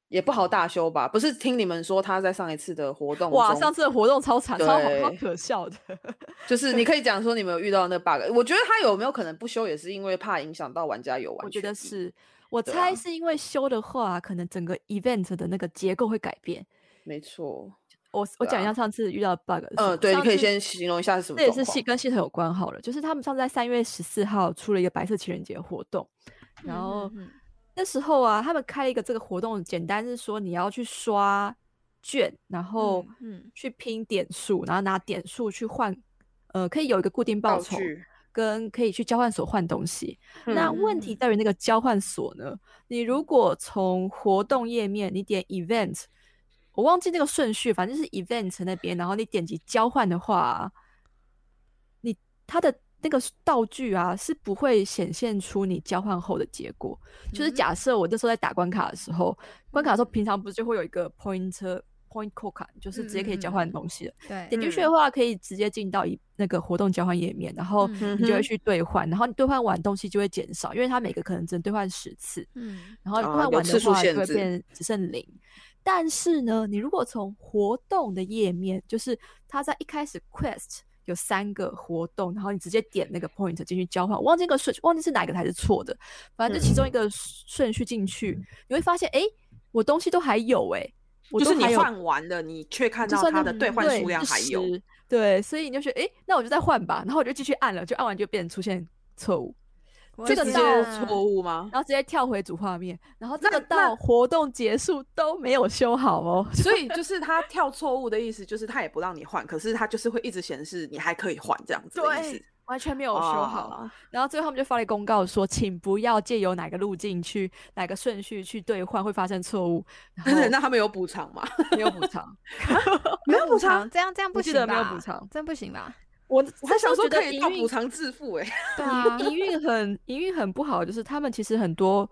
Speaker 4: 也不好大修吧？不是听你们说他在上一次的活动
Speaker 3: 哇，
Speaker 4: 中
Speaker 3: 上次的活动超惨，超好超
Speaker 4: 对
Speaker 3: 可笑的。 [LAUGHS]
Speaker 4: 就是你可以讲说你们有遇到那 bug，我觉得他有没有可能不修也是因为怕影响到玩家游玩。
Speaker 3: 我觉得。是，我
Speaker 4: 对
Speaker 3: 猜
Speaker 4: 啊
Speaker 3: 是因为修的话，可能整个 event 的那个结构会改变。
Speaker 4: 没错，
Speaker 3: 我我
Speaker 4: 对
Speaker 3: 讲一
Speaker 4: 啊
Speaker 3: 下上次遇到的 bug 是什么。
Speaker 4: 嗯，对，你
Speaker 3: 上
Speaker 4: 可以
Speaker 3: 次
Speaker 4: 先形容一下是什么
Speaker 3: 这也
Speaker 4: 状
Speaker 3: 是
Speaker 4: 况。
Speaker 3: 系跟系统有关好了，就是他们上次在三月十四号出了一个白色情人节活动，然后
Speaker 2: 嗯嗯嗯
Speaker 3: 那时候啊，他们开了一个这个活动，简单是说你要去刷券，然后
Speaker 2: 嗯嗯
Speaker 3: 去拼点数，然后拿点数去换，呃，可以有一个固定报
Speaker 4: 道
Speaker 3: 酬，
Speaker 4: 具
Speaker 3: 跟可以去交换所换东西。那
Speaker 2: 嗯
Speaker 3: 问题在于那个交换所呢？你如果从活动页面你点 event，我忘记那个顺序，反正就是 event 那边，然后你点击交换的话，你它的那个道具啊是不会显现出你交换后的结果。就是
Speaker 2: 嗯
Speaker 3: 假设我那时候在打关卡的时候，关卡的时候平常不是就会有一个 pointer。Point c o c a 就是直接可以交
Speaker 2: 嗯嗯
Speaker 3: 换
Speaker 2: 嗯
Speaker 3: 东西的，
Speaker 2: 对，
Speaker 3: 点进去的话可以直接进到一那个活动交换页面，然后
Speaker 2: 嗯
Speaker 3: 你就
Speaker 4: 嗯哼
Speaker 3: 会去兑换，然后你兑换完东西就会减少，因为它每个可能只能兑换十次，
Speaker 2: 嗯
Speaker 3: 然后你兑
Speaker 4: 啊
Speaker 3: 换
Speaker 4: 有
Speaker 3: 完
Speaker 4: 次
Speaker 3: 的
Speaker 4: 数
Speaker 3: 话
Speaker 4: 限
Speaker 3: 就会
Speaker 4: 制
Speaker 3: 变只剩零。但是呢，你如果从活动的页面，就是它在一开始 Quest 有三个活动，然后你直接点那个 point 进去交换，我忘记那个顺，忘记是哪个才是错的，反正就其
Speaker 4: 嗯
Speaker 3: 中一个顺序进去，你会发现，哎、我东西都还有、诶哎，我
Speaker 4: 就
Speaker 3: 都
Speaker 4: 是你
Speaker 3: 还有
Speaker 4: 换完了，你却看
Speaker 3: 就
Speaker 4: 到
Speaker 3: 算
Speaker 4: 它
Speaker 3: 那
Speaker 4: 的兑换
Speaker 3: 对
Speaker 4: 数量
Speaker 3: 是
Speaker 4: 还有，
Speaker 3: 10对，所以你就觉得，哎，那我就再换吧，然后我就继续按了，就按完就变成出现错误，
Speaker 2: 我
Speaker 3: 这
Speaker 2: 也
Speaker 3: 个
Speaker 2: 是
Speaker 3: 到
Speaker 2: 啊
Speaker 4: 错误吗？
Speaker 3: 然后直接跳回主画面，然后这
Speaker 4: 那
Speaker 3: 个到活动结束都没有修好哦。
Speaker 4: [LAUGHS]
Speaker 3: [LAUGHS]
Speaker 4: 所以就是他跳错误的意思，就是他也不让你换，可是他就是会一直显示你还可以换这样子的意思。，
Speaker 3: 完全没有
Speaker 4: 哦
Speaker 3: 修好。然后最后他们就发了公告说，请不要借由哪个路径去、哪个顺序去兑换，会发生错误。然后
Speaker 4: 哦 [LAUGHS] 那他们有补偿吗？
Speaker 3: 没有补偿，
Speaker 4: 没有补偿，
Speaker 2: 偿，这样这样不
Speaker 3: 我记
Speaker 2: 行
Speaker 3: 得
Speaker 2: 吧？
Speaker 3: 没有补偿，
Speaker 2: 真不行
Speaker 4: [LAUGHS]
Speaker 2: 吧？
Speaker 3: 我
Speaker 4: 我还
Speaker 3: 这时
Speaker 4: 想
Speaker 3: 候
Speaker 4: 说
Speaker 3: 觉得
Speaker 4: 可以
Speaker 3: 营
Speaker 4: 到
Speaker 3: 运
Speaker 4: 补偿致富
Speaker 3: [LAUGHS]
Speaker 4: 哎、
Speaker 2: 对啊，
Speaker 3: 营运很营运很不好，就是他们其实很多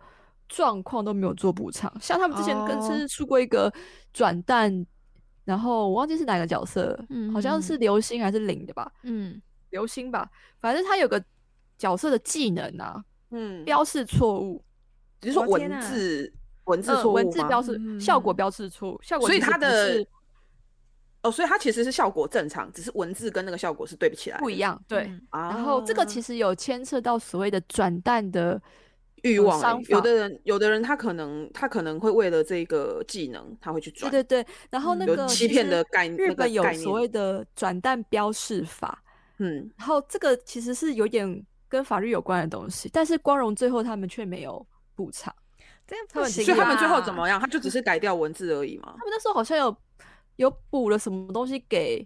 Speaker 3: 状况都没有做补偿。像他们之前跟
Speaker 2: 哦
Speaker 3: 是出过一个转蛋，然后我忘记是哪个角色了，好像是流星还是领的吧，
Speaker 2: 嗯，
Speaker 3: 流星吧，反正他有个角色的技能啊，
Speaker 4: 嗯，
Speaker 3: 标示错误，
Speaker 4: 你是说
Speaker 2: 我天
Speaker 4: 文
Speaker 2: 啊
Speaker 4: 字文字
Speaker 3: 嗯
Speaker 4: 错误吗？
Speaker 3: 文字标示、效果
Speaker 2: 嗯
Speaker 3: 标示错误，效果
Speaker 4: 所以
Speaker 3: 其实
Speaker 4: 它
Speaker 3: 不
Speaker 4: 的
Speaker 3: 是
Speaker 4: 哦，所以它其实是效果正常，只是文字跟那个效果是对不起来的
Speaker 3: 不一样，对。哦
Speaker 2: 嗯
Speaker 4: 啊。
Speaker 3: 然后这个其实有牵涉到所谓的转蛋的
Speaker 4: 欲
Speaker 3: 呃
Speaker 4: 望欸、
Speaker 3: 商
Speaker 4: 有
Speaker 3: 法
Speaker 4: 的人有的人他可能他可能会为了这个技能，他会去转。嗯
Speaker 3: 对对对，然后那
Speaker 4: 有
Speaker 3: 个其
Speaker 4: 欺骗
Speaker 3: 实
Speaker 4: 的概那
Speaker 3: 日
Speaker 4: 个
Speaker 3: 本有
Speaker 4: 概
Speaker 3: 所
Speaker 4: 念
Speaker 3: 谓的转蛋标示法，
Speaker 4: 嗯，
Speaker 3: 然后这个其实是有点跟法律有关的东西，但是光荣最后他们却没有补偿，
Speaker 2: 这样
Speaker 3: 他
Speaker 2: 不
Speaker 3: 们
Speaker 2: 行。啊
Speaker 4: 所以他们最后怎么？样？他就只是改掉文字而已嘛
Speaker 3: 他。们那时候好像有有补了什么东西给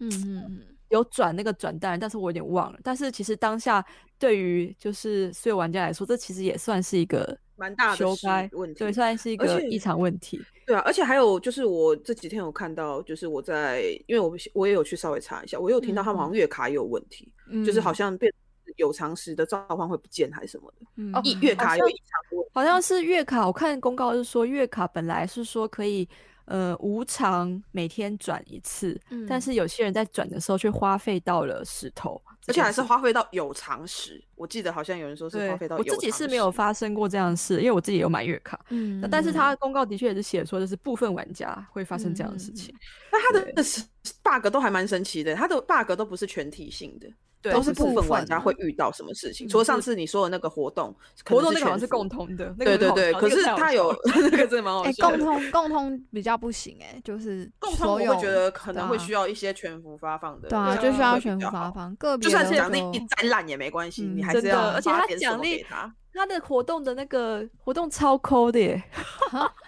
Speaker 2: 嗯嗯嗯，
Speaker 3: 有转那个转蛋，但是我有点忘了。但是其实当下对于就是所有玩家来说，这其实也算是一个
Speaker 4: 蛮大的
Speaker 3: 修
Speaker 4: 是
Speaker 3: 改
Speaker 4: 问
Speaker 3: 对，
Speaker 4: 题
Speaker 3: 算是一
Speaker 4: 而
Speaker 3: 个
Speaker 4: 且
Speaker 3: 异常问题。
Speaker 4: 对啊，而且还有就是我这几天有看到，就是我在因为我我也有去稍微查一下，我有听到他们好像月卡也有问题，就是好像变有常识的召唤会不见还是什么的，
Speaker 2: 嗯
Speaker 3: 哦
Speaker 4: 一
Speaker 2: 嗯
Speaker 4: 月
Speaker 3: 好
Speaker 4: 卡有
Speaker 3: 像
Speaker 4: 异常多。
Speaker 3: 好像是月卡，我看公告是说月卡本来是说可以呃无偿每天转一次，但
Speaker 2: 嗯
Speaker 3: 是有些人在转的时候却花费到了石头，
Speaker 4: 而且还是花费到有常识，我记得好像有人说是
Speaker 3: 对
Speaker 4: 花费到有
Speaker 3: 我
Speaker 4: 常识。
Speaker 3: 自己是没有发生过这样的事，因为我自己有买月卡，
Speaker 2: 嗯
Speaker 3: 但是它公告的确也是写说就是部分玩家会发生这样的
Speaker 2: 嗯
Speaker 3: 事
Speaker 2: 嗯嗯
Speaker 3: 情，
Speaker 4: 那它的 s- bug 都还蛮神奇的，它的 bug 都不是全体性的，
Speaker 3: 对，
Speaker 4: 都是
Speaker 3: 不
Speaker 4: 部分玩家
Speaker 2: 啊
Speaker 4: 会遇到什么事情。
Speaker 2: 嗯
Speaker 4: 除了
Speaker 2: 就
Speaker 4: 上次你说的那个活动，可
Speaker 3: 活
Speaker 4: 能
Speaker 3: 动那个好像
Speaker 4: 全
Speaker 3: 是
Speaker 4: 服
Speaker 3: 共。同的，那
Speaker 4: 对
Speaker 3: 个
Speaker 4: 对
Speaker 3: 很好
Speaker 4: 对，
Speaker 3: 笑那个
Speaker 4: 可是
Speaker 3: 太好
Speaker 4: 它
Speaker 3: 笑 [LAUGHS]
Speaker 4: 有
Speaker 3: 了
Speaker 4: 那个真的蛮好
Speaker 2: 哎，
Speaker 4: 笑
Speaker 2: 共
Speaker 4: 的。
Speaker 2: 通共通比较不行哎，就是
Speaker 4: 共通我
Speaker 2: 所有啊
Speaker 4: 会觉得可能
Speaker 3: 啊
Speaker 4: 会需
Speaker 2: 要
Speaker 4: 要一些全服发放的
Speaker 2: 对
Speaker 4: 项目
Speaker 2: 啊，
Speaker 4: 会比较好，
Speaker 2: 就需要全部发放，个别
Speaker 4: 就算
Speaker 2: 的
Speaker 4: 奖励
Speaker 2: 就
Speaker 4: 一再烂也没关系，
Speaker 2: 嗯
Speaker 4: 你还
Speaker 3: 真
Speaker 4: 是要
Speaker 3: 的，而且
Speaker 4: 发
Speaker 3: 它
Speaker 4: 点什
Speaker 3: 奖
Speaker 4: 么
Speaker 3: 励
Speaker 4: 给他。
Speaker 3: 它的活动的那个活动超抠的耶，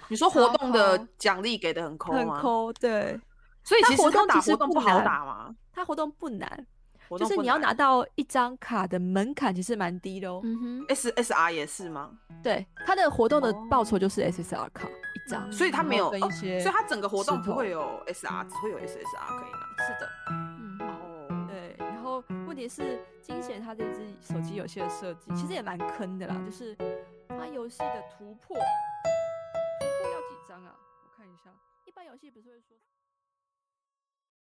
Speaker 4: 你说活
Speaker 2: 超
Speaker 4: 动的
Speaker 2: 抠
Speaker 4: 奖励给的很抠
Speaker 3: 啊很
Speaker 4: 吗？
Speaker 3: 抠，
Speaker 4: 嗯
Speaker 3: 对。
Speaker 4: 所以
Speaker 3: 它
Speaker 4: 其实
Speaker 3: 活
Speaker 4: 他
Speaker 3: 动
Speaker 4: 打
Speaker 3: 其实
Speaker 4: 活动
Speaker 3: 不
Speaker 4: 不好
Speaker 3: 难
Speaker 4: 打吗？
Speaker 3: 它活动不难，
Speaker 4: 活
Speaker 3: 就
Speaker 4: 动
Speaker 3: 是
Speaker 4: 不
Speaker 3: 你要拿
Speaker 4: 难
Speaker 3: 到一张卡的门槛其实蛮低的哦。
Speaker 2: 嗯
Speaker 4: S S R 也是吗？
Speaker 3: 对，它的活动的报酬就是 SSR 卡一张，
Speaker 4: 哦所以他
Speaker 3: 然
Speaker 4: 没
Speaker 3: 后
Speaker 4: 有，
Speaker 3: 跟
Speaker 4: 哦
Speaker 3: 一些，
Speaker 4: 所以他整个活动
Speaker 3: 石
Speaker 4: 不
Speaker 3: 头
Speaker 4: 会有 S R，只会有 S S R 可以拿。
Speaker 3: 是的，
Speaker 2: 哼，
Speaker 4: 哦，
Speaker 3: 嗯对。然后问题是，金贤它这只手机游戏的设计其实也蛮坑的啦，就是它游戏的突破，突破要几张啊？我看一下，一般游戏不是会说。